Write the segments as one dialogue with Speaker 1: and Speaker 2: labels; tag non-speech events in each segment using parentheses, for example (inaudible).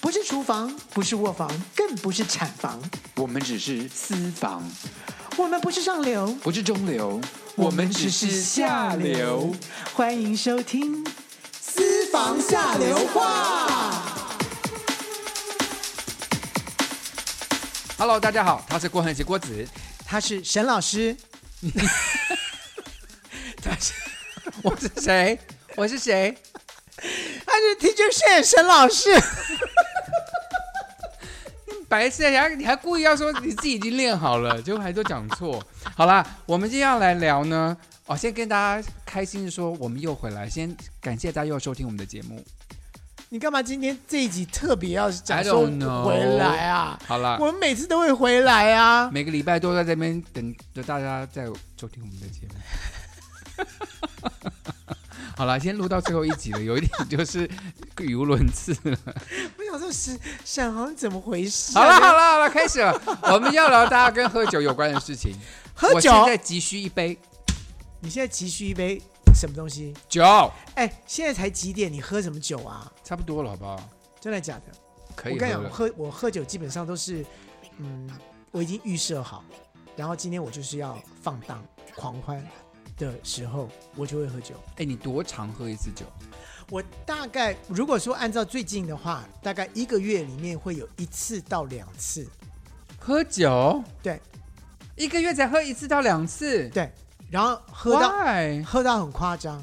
Speaker 1: 不是厨房，不是卧房，更不是产房，
Speaker 2: 我们只是私房，
Speaker 1: 我们不是上流，
Speaker 2: 不是中流，我们只是下流。。
Speaker 1: 欢迎收听《私房下流话》。
Speaker 2: Hello，大家好，他是郭恒奇郭子， (laughs)
Speaker 1: 他是沈老师，
Speaker 2: 我是谁？我是谁？
Speaker 1: 他是 Teacher Shen 沈老师。 (laughs)
Speaker 2: 白痴啊！然后你还故意要说你自己已经练好了，结果还都讲错。好啦，我们今天要来聊呢，哦，先跟大家开心的说，我们又回来，先感谢大家又收听我们的节目。
Speaker 1: 你干嘛今天这一集特别要讲
Speaker 2: I
Speaker 1: 说
Speaker 2: don't know
Speaker 1: 回来啊？
Speaker 2: 好啦，
Speaker 1: 我们每次都会回来啊。
Speaker 2: 每个礼拜都在这边等着大家在收听我们的节目。 (laughs) 好了，先录到最后一集了，有一点就是语无伦次了。
Speaker 1: 我想说沈沈航怎么回事啊、
Speaker 2: 好了，好了，好了，开始
Speaker 1: (laughs)
Speaker 2: 了。我们要聊大家跟喝酒有关的事情。
Speaker 1: 喝
Speaker 2: 我
Speaker 1: 酒
Speaker 2: 现，在急需一杯
Speaker 1: 你现在急需一杯什么东西？
Speaker 2: 酒，
Speaker 1: 哎，现在才几点？你喝什么酒啊？
Speaker 2: 差不多了，好不好？
Speaker 1: 真的假的？
Speaker 2: 可
Speaker 1: 我
Speaker 2: 以
Speaker 1: 跟你
Speaker 2: 喝
Speaker 1: 讲，我
Speaker 2: 了。
Speaker 1: 喝我喝酒基本上都是，嗯，我已经预设好，然后今天我就是要放荡狂欢的时候，我就会喝酒。
Speaker 2: 哎，你多常喝一次酒？
Speaker 1: 我大概如果说按照最近的话，大概一个月里面会有一次到两次。
Speaker 2: 喝酒？
Speaker 1: 对，
Speaker 2: 一个月才喝一次到两次。
Speaker 1: 对，然后喝到
Speaker 2: Why？
Speaker 1: 喝到很夸张，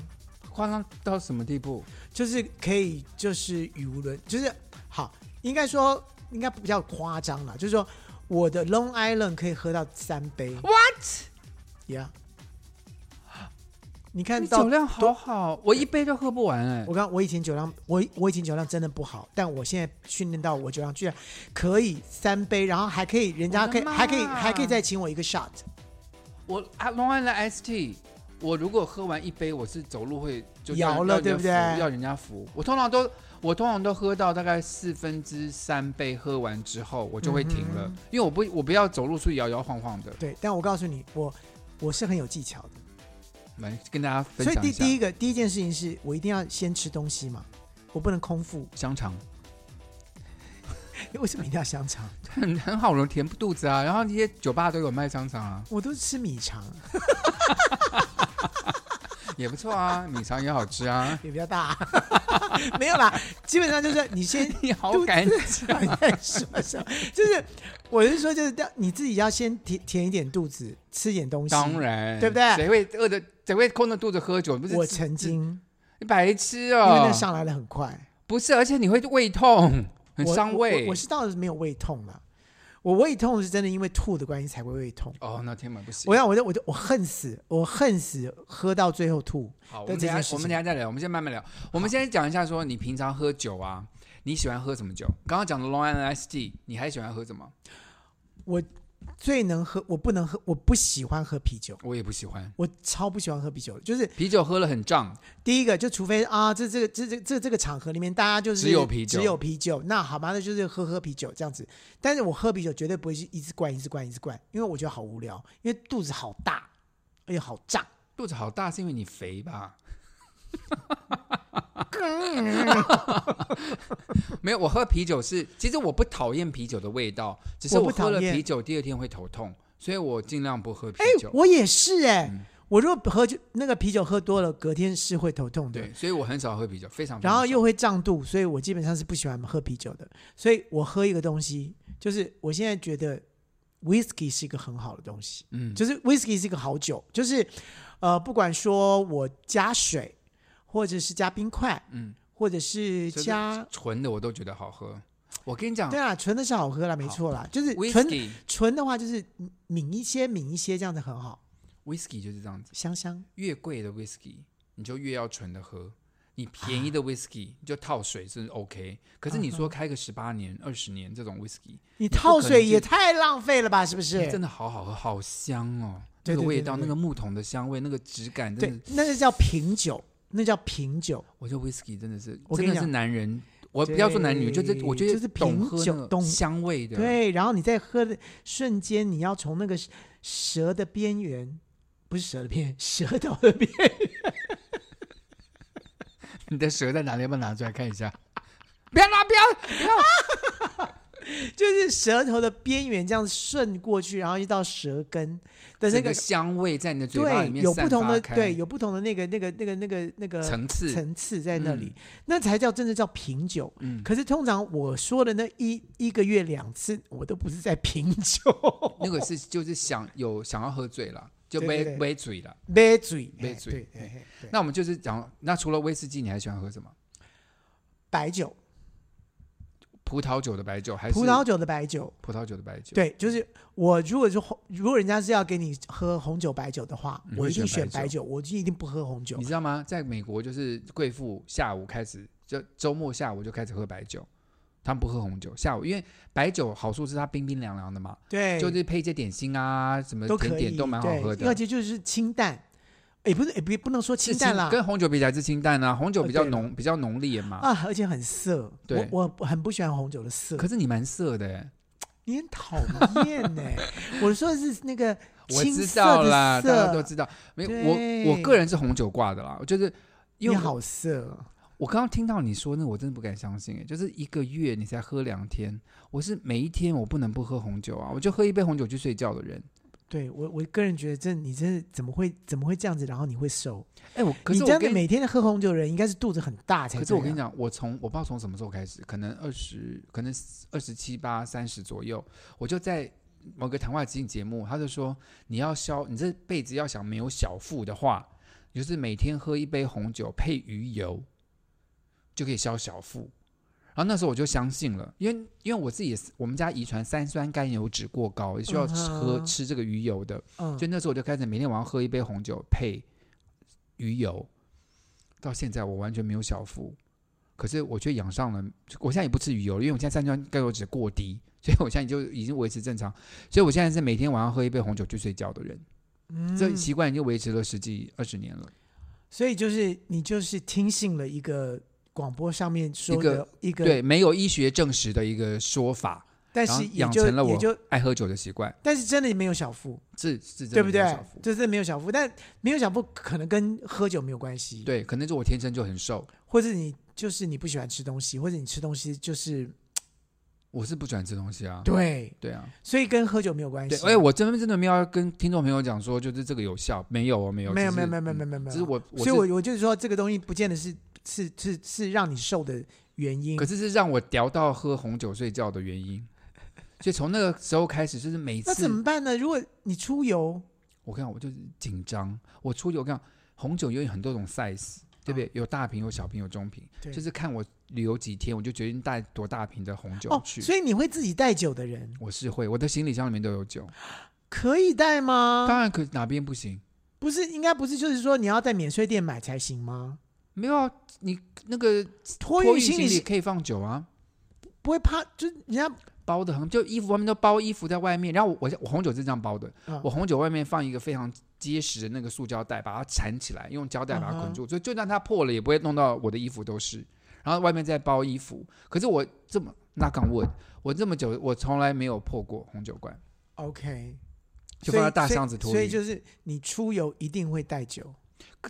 Speaker 2: 夸张到什么地步？
Speaker 1: 就是可以就是语无伦，就是好，应该说应该不叫夸张了，就是说我的 Long Island 可以喝到三杯
Speaker 2: What？
Speaker 1: ，Yeah。你看
Speaker 2: 你
Speaker 1: 到
Speaker 2: 酒量好好，我一杯都喝不完哎、
Speaker 1: 我刚我以前酒量，我我以前酒量真的不好，但我现在训练到我酒量居然可以三杯，然后还可以人家
Speaker 2: 我的
Speaker 1: 可以
Speaker 2: 妈
Speaker 1: 还可以还可以再请我一个 shot。
Speaker 2: 我啊，Long Island S T，我如果喝完一杯，我是走路会就要
Speaker 1: 摇了
Speaker 2: 要人家
Speaker 1: 对不对
Speaker 2: 扶要人家扶。我通常都我通常都喝到大概四分之三杯，喝完之后我就会停了，
Speaker 1: 嗯
Speaker 2: 因为我不我不要走路出去摇摇晃晃的。
Speaker 1: 对，但我告诉你，我我是很有技巧的。
Speaker 2: 来跟大家分
Speaker 1: 所以
Speaker 2: 享
Speaker 1: 第
Speaker 2: 一下
Speaker 1: 第一个第一件事情是我一定要先吃东西嘛，我不能空腹。
Speaker 2: 香肠， (laughs)
Speaker 1: 为什么一定要香肠？
Speaker 2: 很很好的填肚子啊。然后那些酒吧都有卖香肠啊，
Speaker 1: 我都吃米肠，
Speaker 2: 也不错啊， (laughs) 米肠也好吃啊。
Speaker 1: 也比较大、 (laughs) 没有啦，基本上就是你先
Speaker 2: 你好
Speaker 1: 肚子 (laughs)
Speaker 2: 敢
Speaker 1: 到底在说什么？就是我是说，就是要你自己要先填填一点肚子，吃点东西。
Speaker 2: 当，然，
Speaker 1: 对不对
Speaker 2: 谁会饿着，谁会空着肚子喝酒？不是
Speaker 1: 我
Speaker 2: 自
Speaker 1: 曾经
Speaker 2: 你白痴
Speaker 1: 因为
Speaker 2: 哦、
Speaker 1: 那上来的很快，
Speaker 2: 不是，而且你会胃痛，很
Speaker 1: 我
Speaker 2: 伤
Speaker 1: 我
Speaker 2: 胃
Speaker 1: 我我。是倒是没有胃痛了，我胃痛是真的因为吐的关系才会胃痛。
Speaker 2: 哦，那天嘛不行。
Speaker 1: 我要，我就我就我恨死，我恨死喝到最后吐。
Speaker 2: 好，我
Speaker 1: 对
Speaker 2: 们
Speaker 1: 这
Speaker 2: 等
Speaker 1: 件事
Speaker 2: 一下，
Speaker 1: 情
Speaker 2: 我们等一下再聊，我们先慢慢聊。我们先讲一下，说你平常喝酒啊，你喜欢喝什么酒？刚刚讲的 Long Island S T，你还喜欢喝什么？
Speaker 1: 最能喝，我不能喝，我不喜欢喝啤酒，
Speaker 2: 我也不喜欢，
Speaker 1: 我超不喜欢喝啤酒的。就是
Speaker 2: 啤酒喝了很胀，
Speaker 1: 第一个，就除非啊，这这个这这这这个场合里面，大家就是
Speaker 2: 只有啤酒
Speaker 1: 只有啤酒。那好吧，那就是喝喝啤酒这样子。但是我喝啤酒绝对不会是一直灌一直灌一直灌，因为我觉得好无聊，因为肚子好大，而且好胀。
Speaker 2: 肚子好大，是因为你肥吧？ (laughs) 没有，我喝啤酒是，其实我不讨厌啤酒的味道，只是
Speaker 1: 我不
Speaker 2: 我喝了
Speaker 1: 讨厌
Speaker 2: 啤酒第二天会头痛，所以我尽量不喝啤
Speaker 1: 哎
Speaker 2: 酒，。嗯
Speaker 1: 我也是哎、我如果喝酒那个啤酒喝多了，隔天是会头痛的。
Speaker 2: 对，所以我很少喝啤酒，非常。
Speaker 1: 然后
Speaker 2: 非常少
Speaker 1: 又会胀肚，所以我基本上是不喜欢喝啤酒的。所以我喝一个东西，就是我现在觉得 whisky 是一个很好的东西，
Speaker 2: 嗯
Speaker 1: 就是 whisky 是一个好酒，就是呃，不管说我加水，或者是加冰块，
Speaker 2: 嗯，
Speaker 1: 或者是
Speaker 2: 就是
Speaker 1: 加，
Speaker 2: 纯的我都觉得好喝。我跟你讲
Speaker 1: 对啦，纯的是好喝啦，没错啦，就是纯
Speaker 2: ，whisky
Speaker 1: 纯的话就是抿一些抿一些，这样子很好，
Speaker 2: whisky 就是这样子，
Speaker 1: 香香。
Speaker 2: 越贵的 whisky 你就越要纯的喝，你便宜的 whisky 你就套水是 OK。可
Speaker 1: 嗯
Speaker 2: 是你说开个十八年、二十年这种 whisky，
Speaker 1: 你
Speaker 2: 不
Speaker 1: 套
Speaker 2: 可能
Speaker 1: 水
Speaker 2: 去
Speaker 1: 也太浪费了吧？是不
Speaker 2: 真
Speaker 1: 是？
Speaker 2: 的好好喝，好香哦，
Speaker 1: 对
Speaker 2: 那
Speaker 1: 对
Speaker 2: 个
Speaker 1: 对
Speaker 2: 味
Speaker 1: 对
Speaker 2: 道，
Speaker 1: 对
Speaker 2: 那个木桶的香味，那个质感，
Speaker 1: 对
Speaker 2: 真的，，
Speaker 1: 那个叫品酒，那叫品酒。
Speaker 2: 我觉得 whisky 真的是，
Speaker 1: 我跟
Speaker 2: 真
Speaker 1: 你
Speaker 2: 的
Speaker 1: 讲
Speaker 2: 是男人。我不要说男女，
Speaker 1: 对
Speaker 2: 就是我觉
Speaker 1: 就是
Speaker 2: 得
Speaker 1: 品
Speaker 2: 懂喝
Speaker 1: 酒
Speaker 2: 那
Speaker 1: 懂
Speaker 2: 种香味的，，
Speaker 1: 对，然后你在喝的瞬间，你要从那个舌的边缘，不是舌的边缘， (laughs) 舌头的边缘，
Speaker 2: 你的舌在哪里？要不要拿出来看一下？ (laughs) 不要啦，不要，不要，
Speaker 1: 就是舌头的边缘这样顺过去，然后一到舌根的那
Speaker 2: 整
Speaker 1: 个
Speaker 2: 个香味在你的嘴巴
Speaker 1: 对
Speaker 2: 里面
Speaker 1: 有
Speaker 2: 散
Speaker 1: 不同
Speaker 2: 发
Speaker 1: 的
Speaker 2: 开
Speaker 1: 对有不同的那个那个那个那个那个
Speaker 2: 层次，
Speaker 1: 层次在那里，那才叫真的叫品酒。
Speaker 2: 嗯，
Speaker 1: 可是通常我说的那一一个月两次，我都不是在品酒， (laughs)
Speaker 2: 那个是就是想有想要喝醉了，就
Speaker 1: 哦对对
Speaker 2: 没
Speaker 1: 对
Speaker 2: 没嘴了。
Speaker 1: 杯嘴
Speaker 2: 杯
Speaker 1: 哎
Speaker 2: 嘴
Speaker 1: 对
Speaker 2: 哎
Speaker 1: 对对对
Speaker 2: 那我们就是讲，那除了威士忌，你还喜欢喝什么？
Speaker 1: 白酒，
Speaker 2: 葡萄酒的白酒还是
Speaker 1: 葡萄酒的白酒，
Speaker 2: 葡萄酒的白酒？，
Speaker 1: 对，就是我如果是红，如果人家是要给你喝红酒白酒的话，
Speaker 2: 你
Speaker 1: 我
Speaker 2: 会
Speaker 1: 一定
Speaker 2: 选
Speaker 1: 选
Speaker 2: 白
Speaker 1: 白酒，我就一定不喝红酒
Speaker 2: 你。知道吗？在美国，就是贵妇下午开始，就周末下午就开始喝白酒，他们不喝红酒。下午因为白酒好处是它冰冰凉凉的嘛，
Speaker 1: 对，
Speaker 2: 就是配一些点心啊，什么
Speaker 1: 都
Speaker 2: 甜
Speaker 1: 可以，
Speaker 2: 点都蛮好
Speaker 1: 对
Speaker 2: 喝
Speaker 1: 而
Speaker 2: 的。
Speaker 1: 且就是清淡，也不是也不不能说
Speaker 2: 是
Speaker 1: 清淡啦
Speaker 2: 跟红酒比起来是清淡啊，红酒
Speaker 1: 哦
Speaker 2: 比较
Speaker 1: 对了
Speaker 2: 浓，比较浓烈嘛。
Speaker 1: 啊，而且很涩。
Speaker 2: 对
Speaker 1: 我我很不喜欢红酒的涩，
Speaker 2: 可是你蛮色的欸，
Speaker 1: 你很讨厌呢。我说的是那个
Speaker 2: 我
Speaker 1: 青
Speaker 2: 知
Speaker 1: 涩
Speaker 2: 道
Speaker 1: 的
Speaker 2: 啦，大家都
Speaker 1: 涩
Speaker 2: 知道。没有
Speaker 1: 对
Speaker 2: 我，我个人是红酒挂的啦，就是
Speaker 1: 你
Speaker 2: 因为我
Speaker 1: 好涩，
Speaker 2: 我刚刚听到你说那个，我真的不敢相信哎，就是一个月你才喝两天，我是每一天我不能不喝红酒啊，我就喝一杯红酒去睡觉的人。
Speaker 1: 对我我个人觉得真的，这你真的怎么会怎么会这样子，然后你会瘦？
Speaker 2: 哎，我可是
Speaker 1: 你
Speaker 2: 我
Speaker 1: 真的
Speaker 2: 跟
Speaker 1: 每天喝红酒的人，应该是肚子很大才啊
Speaker 2: 可是我跟你
Speaker 1: 讲，
Speaker 2: 讲，我从我不知道从什么时候开始，可能二十，可能二十七八、三十左右，我就在某个谈话基金节目，他就说你要消，你这辈子要想没有小腹的话，你就是每天喝一杯红酒配鱼油，就可以消小腹。然后那时候我就相信了，因为因为我自己也是，我们家遗传三酸甘油脂过高，也需要
Speaker 1: 嗯
Speaker 2: 吃
Speaker 1: 哼
Speaker 2: 喝吃这个鱼油的，
Speaker 1: 嗯
Speaker 2: 所以那时候我就开始每天晚上喝一杯红酒配鱼油，到现在我完全没有小腹，可是我却养上了。我现在也不吃鱼油了，因为我现在三酸甘油脂过低，所以我现在就已经维持正常。所以我现在是每天晚上喝一杯红酒去睡觉的人，这
Speaker 1: 嗯
Speaker 2: 习惯已经维持了十几二十年了。
Speaker 1: 所以就是你就是听信了一个广播上面说的一个，
Speaker 2: 对，没有医学证实的一个说法，
Speaker 1: 但
Speaker 2: 然后
Speaker 1: 是也
Speaker 2: 养
Speaker 1: 就
Speaker 2: 成了
Speaker 1: 也
Speaker 2: 我
Speaker 1: 就，
Speaker 2: 爱喝酒的习惯，
Speaker 1: 但是真的没有小腹，
Speaker 2: 是是真的
Speaker 1: 对不
Speaker 2: 没有
Speaker 1: 对
Speaker 2: 小腹？
Speaker 1: 就是没有小腹，但没有小腹可能跟喝酒没有关系，，
Speaker 2: 对，可能是我天生就很瘦，
Speaker 1: 或者你就是你不喜欢吃东西，或者你吃东西就是
Speaker 2: 嗯我是不喜欢吃东西啊。
Speaker 1: 对，
Speaker 2: 对啊，
Speaker 1: 所以跟喝酒没有关系
Speaker 2: 对，。哎，我真的真的没有要跟听众朋友讲说，就是这个有效，没有，哦，没有，
Speaker 1: 没有
Speaker 2: 只
Speaker 1: 没
Speaker 2: 是
Speaker 1: 有没有没有没有
Speaker 2: 嗯
Speaker 1: 没有没有
Speaker 2: 只是我，我
Speaker 1: 所以
Speaker 2: 是
Speaker 1: 我我就是说这个东西不见得是是是是让你瘦的原因
Speaker 2: 可。是是让我屌到喝红酒睡觉的原因。所以从那个时候开始，就是每
Speaker 1: 那怎
Speaker 2: 次
Speaker 1: 么办呢？如果你出游，
Speaker 2: 我看我就是紧张，我出去我看红酒有很多种 size，对不对？有大瓶，有小瓶，有中瓶，
Speaker 1: 嗯对
Speaker 2: 就是看我旅游几天，我就决定带多大瓶的红酒
Speaker 1: 哦，
Speaker 2: 去。
Speaker 1: 所以你会自己带酒的人
Speaker 2: 我是会，我的行李箱里面都有酒，
Speaker 1: 可以带吗？
Speaker 2: 当然可哪边不行？
Speaker 1: 不是，应该不是，就是说你要在免税店买才行吗？
Speaker 2: 没有啊，你那个
Speaker 1: 托
Speaker 2: 托
Speaker 1: 运
Speaker 2: 运
Speaker 1: 行
Speaker 2: 行
Speaker 1: 李
Speaker 2: 李
Speaker 1: 是
Speaker 2: 可以放酒啊。
Speaker 1: 不会怕，就是人家
Speaker 2: 包的很，就衣服外面都包衣服在外面，然后我我我红酒是这样包的，
Speaker 1: 嗯
Speaker 2: 我红酒外面放一个非常结实的那个塑胶袋，把它缠起来，用胶带把它捆
Speaker 1: 啊
Speaker 2: 住，所以就算它破了也不会弄到我的衣服都是。然后外面再包衣服，可是我这么那港 wood，我这么久我从来没有破过红酒罐，
Speaker 1: OK，
Speaker 2: 就
Speaker 1: 所以
Speaker 2: 放在大箱子托
Speaker 1: 所以
Speaker 2: 运，
Speaker 1: 所以就是你出游一定会带酒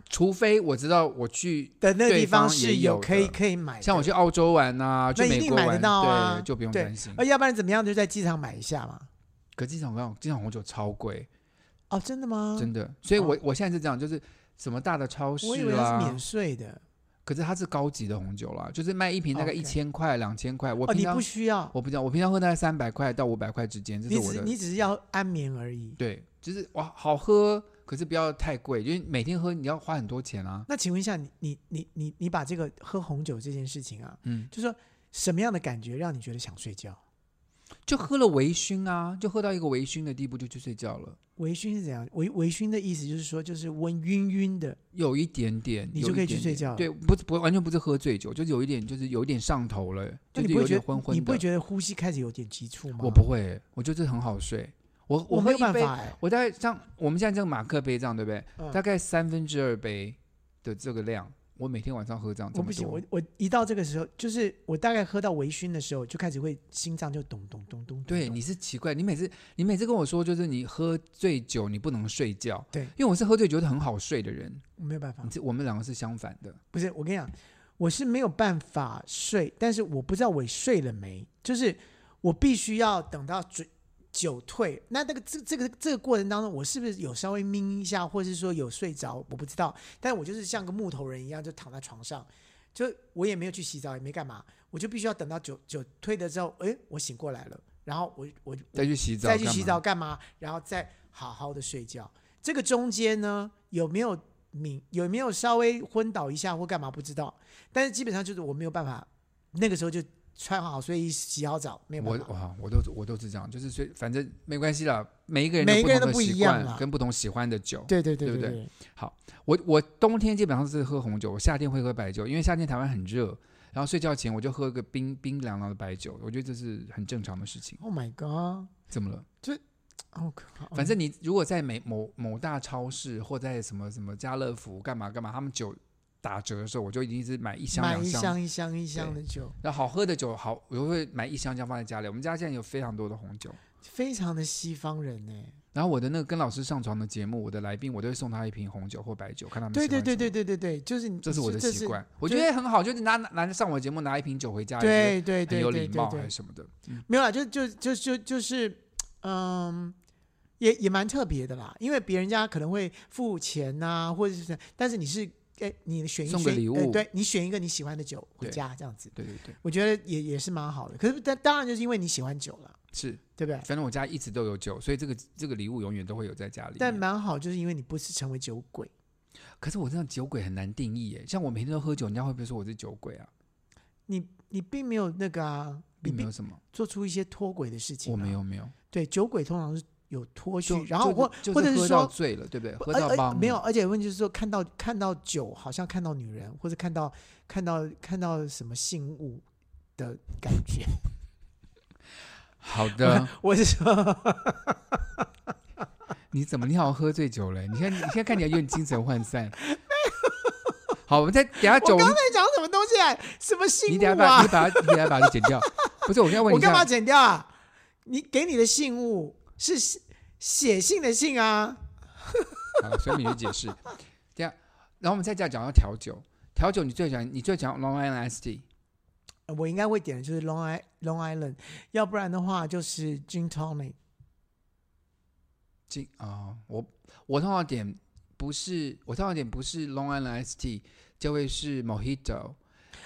Speaker 2: 除非我知道我去。
Speaker 1: 的那个
Speaker 2: 对
Speaker 1: 地方
Speaker 2: 方
Speaker 1: 是
Speaker 2: 也有
Speaker 1: 可以
Speaker 2: 的
Speaker 1: 可以买的，
Speaker 2: 像我去澳洲玩呐、
Speaker 1: 那
Speaker 2: 去
Speaker 1: 一
Speaker 2: 美
Speaker 1: 定
Speaker 2: 国
Speaker 1: 买得
Speaker 2: 玩，
Speaker 1: 到啊
Speaker 2: 对，就不用
Speaker 1: 对
Speaker 2: 担心。
Speaker 1: 呃，要不然怎么样就在机场买一下嘛。
Speaker 2: 可机场我讲，机场红酒超贵，
Speaker 1: 哦，真的吗？
Speaker 2: 真的。所以我，我现在是这样，就是什么大的超
Speaker 1: 嗯
Speaker 2: 市
Speaker 1: 我以为它
Speaker 2: 啦，
Speaker 1: 是免税的。
Speaker 2: 可是它是高级的红酒啦，就是卖一瓶大概
Speaker 1: OK
Speaker 2: 一千块、两千块。我
Speaker 1: 哦，
Speaker 2: 平
Speaker 1: 你
Speaker 2: 常、
Speaker 1: 不需要，
Speaker 2: 我不知道，我平常喝大概三百块到五百块之间，这
Speaker 1: 你
Speaker 2: 是我
Speaker 1: 只
Speaker 2: 的。
Speaker 1: 你只是要安眠而已。
Speaker 2: 对，就是哇，好喝，可是不要太贵，因为每天喝你要花很多钱啊。
Speaker 1: 那请问一下，你你你你你把这个喝红酒这件事情啊，
Speaker 2: 嗯，
Speaker 1: 就说什么样的感觉让你觉得想睡觉？
Speaker 2: 就喝了微醺啊，就喝到一个微醺的地步就去睡觉了，
Speaker 1: 微醺是怎样？微微醺的意思就是说，就是温晕晕的。
Speaker 2: 有一点点，
Speaker 1: 你
Speaker 2: 有
Speaker 1: 就
Speaker 2: 一
Speaker 1: 可以去
Speaker 2: 点
Speaker 1: 睡
Speaker 2: 点
Speaker 1: 觉了
Speaker 2: 对，不不完全不是喝醉酒，就是有一点，就是有一点上头了，
Speaker 1: 那
Speaker 2: 就
Speaker 1: 你
Speaker 2: 是
Speaker 1: 不会
Speaker 2: 有
Speaker 1: 觉
Speaker 2: 点
Speaker 1: 得
Speaker 2: 昏昏的。
Speaker 1: 你不会觉得呼吸开始有点急促吗？
Speaker 2: 我不，会，我就是很好睡。我
Speaker 1: 我
Speaker 2: 喝
Speaker 1: 没
Speaker 2: 一
Speaker 1: 有办
Speaker 2: 杯
Speaker 1: 法哎、
Speaker 2: 我大概像我们现在这个马克杯这样，对不对？
Speaker 1: 嗯
Speaker 2: 大概三分之二杯的这个量，我每天晚上喝这样这
Speaker 1: 我
Speaker 2: 么
Speaker 1: 不行，
Speaker 2: 多。
Speaker 1: 我我一到这个时候，就是我大概喝到微醺的时候，就开始会心脏就咚咚咚咚咚。
Speaker 2: 对，
Speaker 1: 咚
Speaker 2: 你是奇怪，你每次你每次跟我说，就是你喝醉酒你不能睡觉，
Speaker 1: 对
Speaker 2: 因为我是喝醉酒是很好睡的人，
Speaker 1: 我没有办法
Speaker 2: 你，这我们两个是相反的，
Speaker 1: 不是我跟你讲，我是没有办法睡，但是我不知道我睡了没，就是我必须要等到准酒退。那那个这这个这个过程当中，我是不是有稍微眯一下，或是说有睡着，我不知道。但我就是像个木头人一样，就躺在床上，就我也没有去洗澡，也没干嘛，我就必须要等到酒酒退了之后，诶，我醒过来了，然后我我我
Speaker 2: 再去洗澡，
Speaker 1: 再去洗澡，干嘛？然后再好好的睡觉。这个中间呢，有没有明有没有稍微昏倒一下或干嘛不知道，但是基本上就是我没有办法，那个时候就穿好睡衣、洗好澡，没有
Speaker 2: 我
Speaker 1: 办法。
Speaker 2: 哇，我都我都是这样，就是所以反正没关系啦，每一个人
Speaker 1: 每一个人
Speaker 2: 都
Speaker 1: 都不一样啦
Speaker 2: 跟不同喜欢的酒。
Speaker 1: 对对对
Speaker 2: 对不
Speaker 1: 对
Speaker 2: 对我我冬天基本上是喝红酒，我夏天会喝白酒，因为夏天台湾很热，然后睡觉前我就喝个冰冰凉凉的白酒，我觉得这是很正常的事情。
Speaker 1: Oh my god！
Speaker 2: 怎么了？
Speaker 1: 好可怕。
Speaker 2: 反正你如果在美某某大超市或在什么什么家乐福干嘛干嘛，他们酒打折的时候，我就一定是买一箱
Speaker 1: 买
Speaker 2: 两
Speaker 1: 一
Speaker 2: 箱。
Speaker 1: 箱一箱一箱的酒，
Speaker 2: 那好喝的酒好，我就会买一箱这样放在家里。我们家现在有非常多的红酒。
Speaker 1: 非常的西方人呢、欸
Speaker 2: 然后我的那个跟老师上床的节目，我的来宾我都会送他一瓶红酒或白酒，看他们
Speaker 1: 对
Speaker 2: 喜欢
Speaker 1: 对对
Speaker 2: 什么
Speaker 1: 对，对对对，就是你
Speaker 2: 这是我的习。惯，我觉
Speaker 1: 就
Speaker 2: 得很好，就是拿拿拿上我节目拿一瓶酒回家，
Speaker 1: 这是对对
Speaker 2: 也觉
Speaker 1: 对
Speaker 2: 得很有
Speaker 1: 对
Speaker 2: 礼貌
Speaker 1: 对对，
Speaker 2: 还是什么的。
Speaker 1: 没有啦，就就就就就是，嗯，也也蛮特别的啦，因为别人家可能会付钱呐、或者是什么，但是你是哎，你选一
Speaker 2: 送
Speaker 1: 选
Speaker 2: 个礼
Speaker 1: 呃
Speaker 2: 物
Speaker 1: 对你选一个你喜欢的酒回
Speaker 2: 对
Speaker 1: 家这样子，
Speaker 2: 对对对，
Speaker 1: 我觉得也也是蛮好的。可是但当然就是因为你喜欢酒了，
Speaker 2: 是，
Speaker 1: 对不对？
Speaker 2: 反正我家一直都有酒，所以这个这个礼物永远都会有在家里面。
Speaker 1: 但蛮好，就是因为你不是成为酒鬼，
Speaker 2: 可是我这样酒鬼很难定义耶，像我每天都喝酒，人家会不会说我是酒鬼啊？
Speaker 1: 你你并没有那个啊，你
Speaker 2: 并没
Speaker 1: 并
Speaker 2: 有什么，
Speaker 1: 做出一些脱轨的事情、啊
Speaker 2: 我没。有没有，
Speaker 1: 对，酒鬼通常是有脱序
Speaker 2: 就，
Speaker 1: 然后
Speaker 2: 就
Speaker 1: 或
Speaker 2: 就
Speaker 1: 或者
Speaker 2: 喝
Speaker 1: 是
Speaker 2: 到
Speaker 1: 说
Speaker 2: 醉了，对不对？喝
Speaker 1: 而
Speaker 2: 到
Speaker 1: 而
Speaker 2: 懵
Speaker 1: 没有，
Speaker 2: 了，
Speaker 1: 而且问题是说，看到看到酒，好像看到女人，或者看到看到看到什么性物的感觉。 (laughs)
Speaker 2: 好的，
Speaker 1: 我是说，
Speaker 2: 你怎么你好像喝醉酒嘞？你看你现在看起来有点精神涣散。 (laughs) 好，我们再等下酒，
Speaker 1: 我
Speaker 2: 我们
Speaker 1: 刚才讲什么东西、啊？什么
Speaker 2: 你
Speaker 1: 性
Speaker 2: 等下
Speaker 1: 物
Speaker 2: 把
Speaker 1: 啊
Speaker 2: 你？把你等下把它剪
Speaker 1: (laughs)
Speaker 2: 掉。不是，我要问
Speaker 1: 我
Speaker 2: 你一
Speaker 1: 干嘛
Speaker 2: 下，
Speaker 1: 剪掉啊？你给你的信物是写写信的信啊？
Speaker 2: 好，随便你去解释。这样，然后我们再讲讲到调酒，调酒你最喜欢你最喜欢 Long Island Iced Tea，
Speaker 1: 呃我应该会点的就是 Long I Long Island，要不然的话就是 Gin Tonic。
Speaker 2: 进啊、我我通常点不是我通常点不是 Long Island Iced Tea，就会是 Mojito，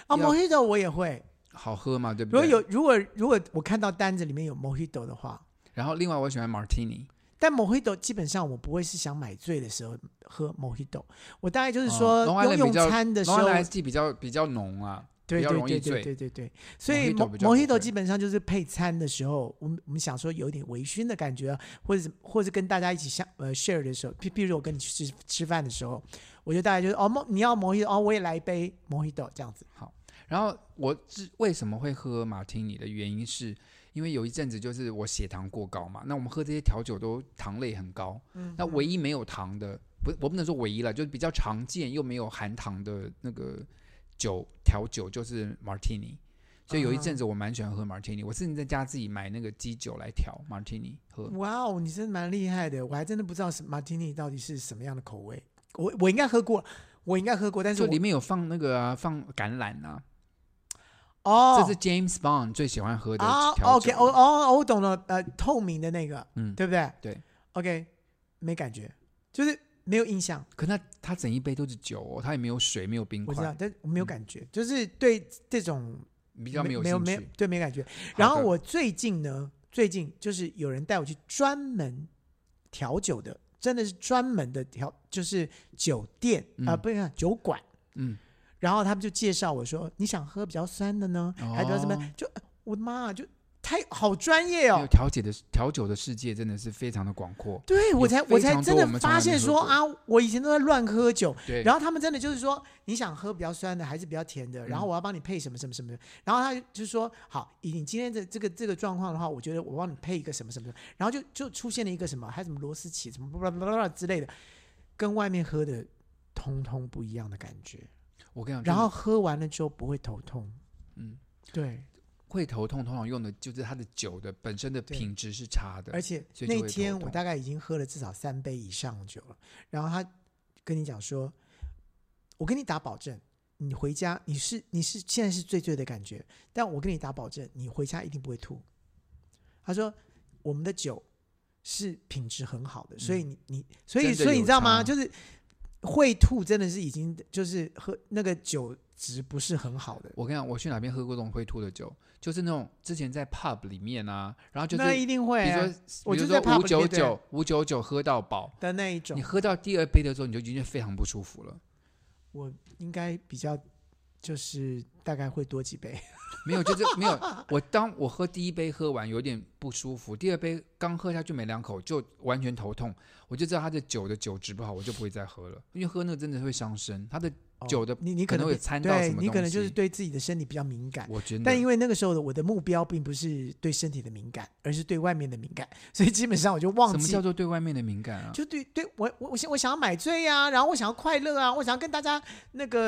Speaker 1: 啊
Speaker 2: 要
Speaker 1: ，Mojito 我也会。
Speaker 2: 好喝嘛，对不
Speaker 1: 如果
Speaker 2: 对？
Speaker 1: 有如果如果我看到单子里面有 Mojito 的话，
Speaker 2: 然后另外我喜欢 Martini，
Speaker 1: 但 Mojito 基本上我不会是想买醉的时候喝 Mojito，我大概就是说
Speaker 2: 哦
Speaker 1: 用
Speaker 2: ，Long Island
Speaker 1: 用
Speaker 2: 比较
Speaker 1: 餐的时
Speaker 2: Long
Speaker 1: 候，
Speaker 2: Island Iced Tea 比较比较浓啊。
Speaker 1: 对
Speaker 2: 比较
Speaker 1: 对
Speaker 2: 容易
Speaker 1: 对
Speaker 2: 醉
Speaker 1: 对对对对，所以
Speaker 2: Mojito
Speaker 1: Mo-
Speaker 2: 比较不会
Speaker 1: Mojito 基本上就是配餐的时候，我们我们想说有一点微醺的感觉，啊或者是或者是跟大家一起相呃 share 的时候，譬譬如我跟你去吃吃饭的时候，我就大概就是哦，Mo- 你要 Mojito 哦，我也来一杯 Mojito 这样子，
Speaker 2: 然后我之为什么会喝马提尼的原因是，因为有一阵子就是我血糖过高嘛，那我们喝这些调酒都糖类很高，
Speaker 1: 嗯
Speaker 2: 那唯一没有糖的，不，我不能说唯一了，就是比较常见又没有含糖的那个酒调酒就是 martini，所以有一阵
Speaker 1: 啊
Speaker 2: 子我蛮喜欢喝 martini，、我甚至在家自己买那个基酒来调 martini 喝。
Speaker 1: 哇哦，你真的蛮厉害的，我还真的不知道是 Martini 到底是什么样的口味，我我应该喝过，我应该喝过，但是
Speaker 2: 就
Speaker 1: 我
Speaker 2: 里面有放那个啊，放橄榄啊，
Speaker 1: 哦，
Speaker 2: 这是 James Bond 最喜欢喝的
Speaker 1: 啊
Speaker 2: 调
Speaker 1: ，OK，
Speaker 2: 酒。
Speaker 1: 哦哦，我懂了，呃，透明的那个，
Speaker 2: 嗯，
Speaker 1: 对不对？
Speaker 2: 对
Speaker 1: ，OK，没感觉，就是没有印象，
Speaker 2: 可那它整一杯都是酒哦，它也没有水，没有冰
Speaker 1: 我知
Speaker 2: 块
Speaker 1: 道，，但我没有感觉，就是对这种
Speaker 2: 嗯比较
Speaker 1: 没
Speaker 2: 有
Speaker 1: 没有
Speaker 2: 兴
Speaker 1: 没有
Speaker 2: 趣。
Speaker 1: 对没感觉。
Speaker 2: 好
Speaker 1: 然后
Speaker 2: 的
Speaker 1: 我最近呢，最近就是有人带我去专门调酒的，真的是专门的调，就是酒店
Speaker 2: 嗯
Speaker 1: 啊、不是酒馆，
Speaker 2: 嗯，
Speaker 1: 然后他们就介绍我说，你想喝比较酸的呢，还比较什么？
Speaker 2: 哦
Speaker 1: 就我的妈啊，就太好专业
Speaker 2: 因
Speaker 1: 哦
Speaker 2: 为。调解的调酒的世界真的是非常的广阔。
Speaker 1: 对我
Speaker 2: 有
Speaker 1: 才
Speaker 2: 非
Speaker 1: 我才
Speaker 2: 常
Speaker 1: 真
Speaker 2: 多
Speaker 1: 的
Speaker 2: 我们从来
Speaker 1: 发
Speaker 2: 没
Speaker 1: 现
Speaker 2: 喝
Speaker 1: 说
Speaker 2: 过
Speaker 1: 啊，我以前都在乱喝酒，
Speaker 2: 对，
Speaker 1: 然后他们真的就是说你想喝比较酸的还是比较甜的，然后
Speaker 2: 嗯
Speaker 1: 我要帮你配什么什么什么的，然后他就说好，以你今天的这个这个状况的话，我觉得我帮你配一个什么什么什么，然后就就出现了一个什么，还有什么螺丝起什么巴拉巴拉巴拉之类的，跟外面喝的通通不一样的感觉，
Speaker 2: 我跟你讲，
Speaker 1: 然后喝完了之后不会头痛，
Speaker 2: 嗯，
Speaker 1: 对，
Speaker 2: 会头痛，通常用的就是它的酒的本身的
Speaker 1: 对
Speaker 2: 品质是差的
Speaker 1: 而。且
Speaker 2: 所以就
Speaker 1: 那
Speaker 2: 会头
Speaker 1: 天我
Speaker 2: 痛
Speaker 1: 大概已经喝了至少三杯以上的酒了，然后他跟你讲说，我跟你打保证，你回家你是你是现在是醉醉的感觉，但我跟你打保证，你回家一定不会吐。他说我们的酒是品质很好的，所以你你所以
Speaker 2: 嗯真的
Speaker 1: 所以你
Speaker 2: 有
Speaker 1: 知道吗？
Speaker 2: 差
Speaker 1: 就是会吐真的是已经就是喝那个酒值不是很好的，
Speaker 2: 我跟你讲，我去哪边喝过这种会吐的酒，就是那种之前在 pub 里面啊，然后就是
Speaker 1: 那一定会、
Speaker 2: 比如
Speaker 1: 啊
Speaker 2: 说，
Speaker 1: 我
Speaker 2: 比
Speaker 1: 就
Speaker 2: 如
Speaker 1: 在
Speaker 2: 说
Speaker 1: pub
Speaker 2: 五
Speaker 1: 里面
Speaker 2: 九
Speaker 1: 对
Speaker 2: 九五九九喝到饱，
Speaker 1: 的那一种
Speaker 2: 你，喝到第二杯的时候，你就已经非常不舒服了。
Speaker 1: 我应该比较就是大概会多几杯。
Speaker 2: 没有，就是没有。我当我喝第一杯喝完有点不舒服，第二杯刚喝下去没两口就完全头痛，我就知道它的酒的酒质不好，我就不会再喝了，因为喝那个真的会伤身。它的
Speaker 1: 哦
Speaker 2: 酒的
Speaker 1: 你你
Speaker 2: 可能会
Speaker 1: 会
Speaker 2: 掺到
Speaker 1: 对
Speaker 2: 什么
Speaker 1: 你可能
Speaker 2: 东
Speaker 1: 就是
Speaker 2: 西
Speaker 1: 对自己的身体比较敏感。
Speaker 2: 我觉得，
Speaker 1: 但因为那个时候的我的目标并不是对身体的敏感，而是对外面的敏感，所以基本上我就忘
Speaker 2: 什么
Speaker 1: 记
Speaker 2: 叫，做对外面的敏感啊？
Speaker 1: 就对对我我我想我想要买醉呀、然后我想要快乐啊，我想要跟大家那个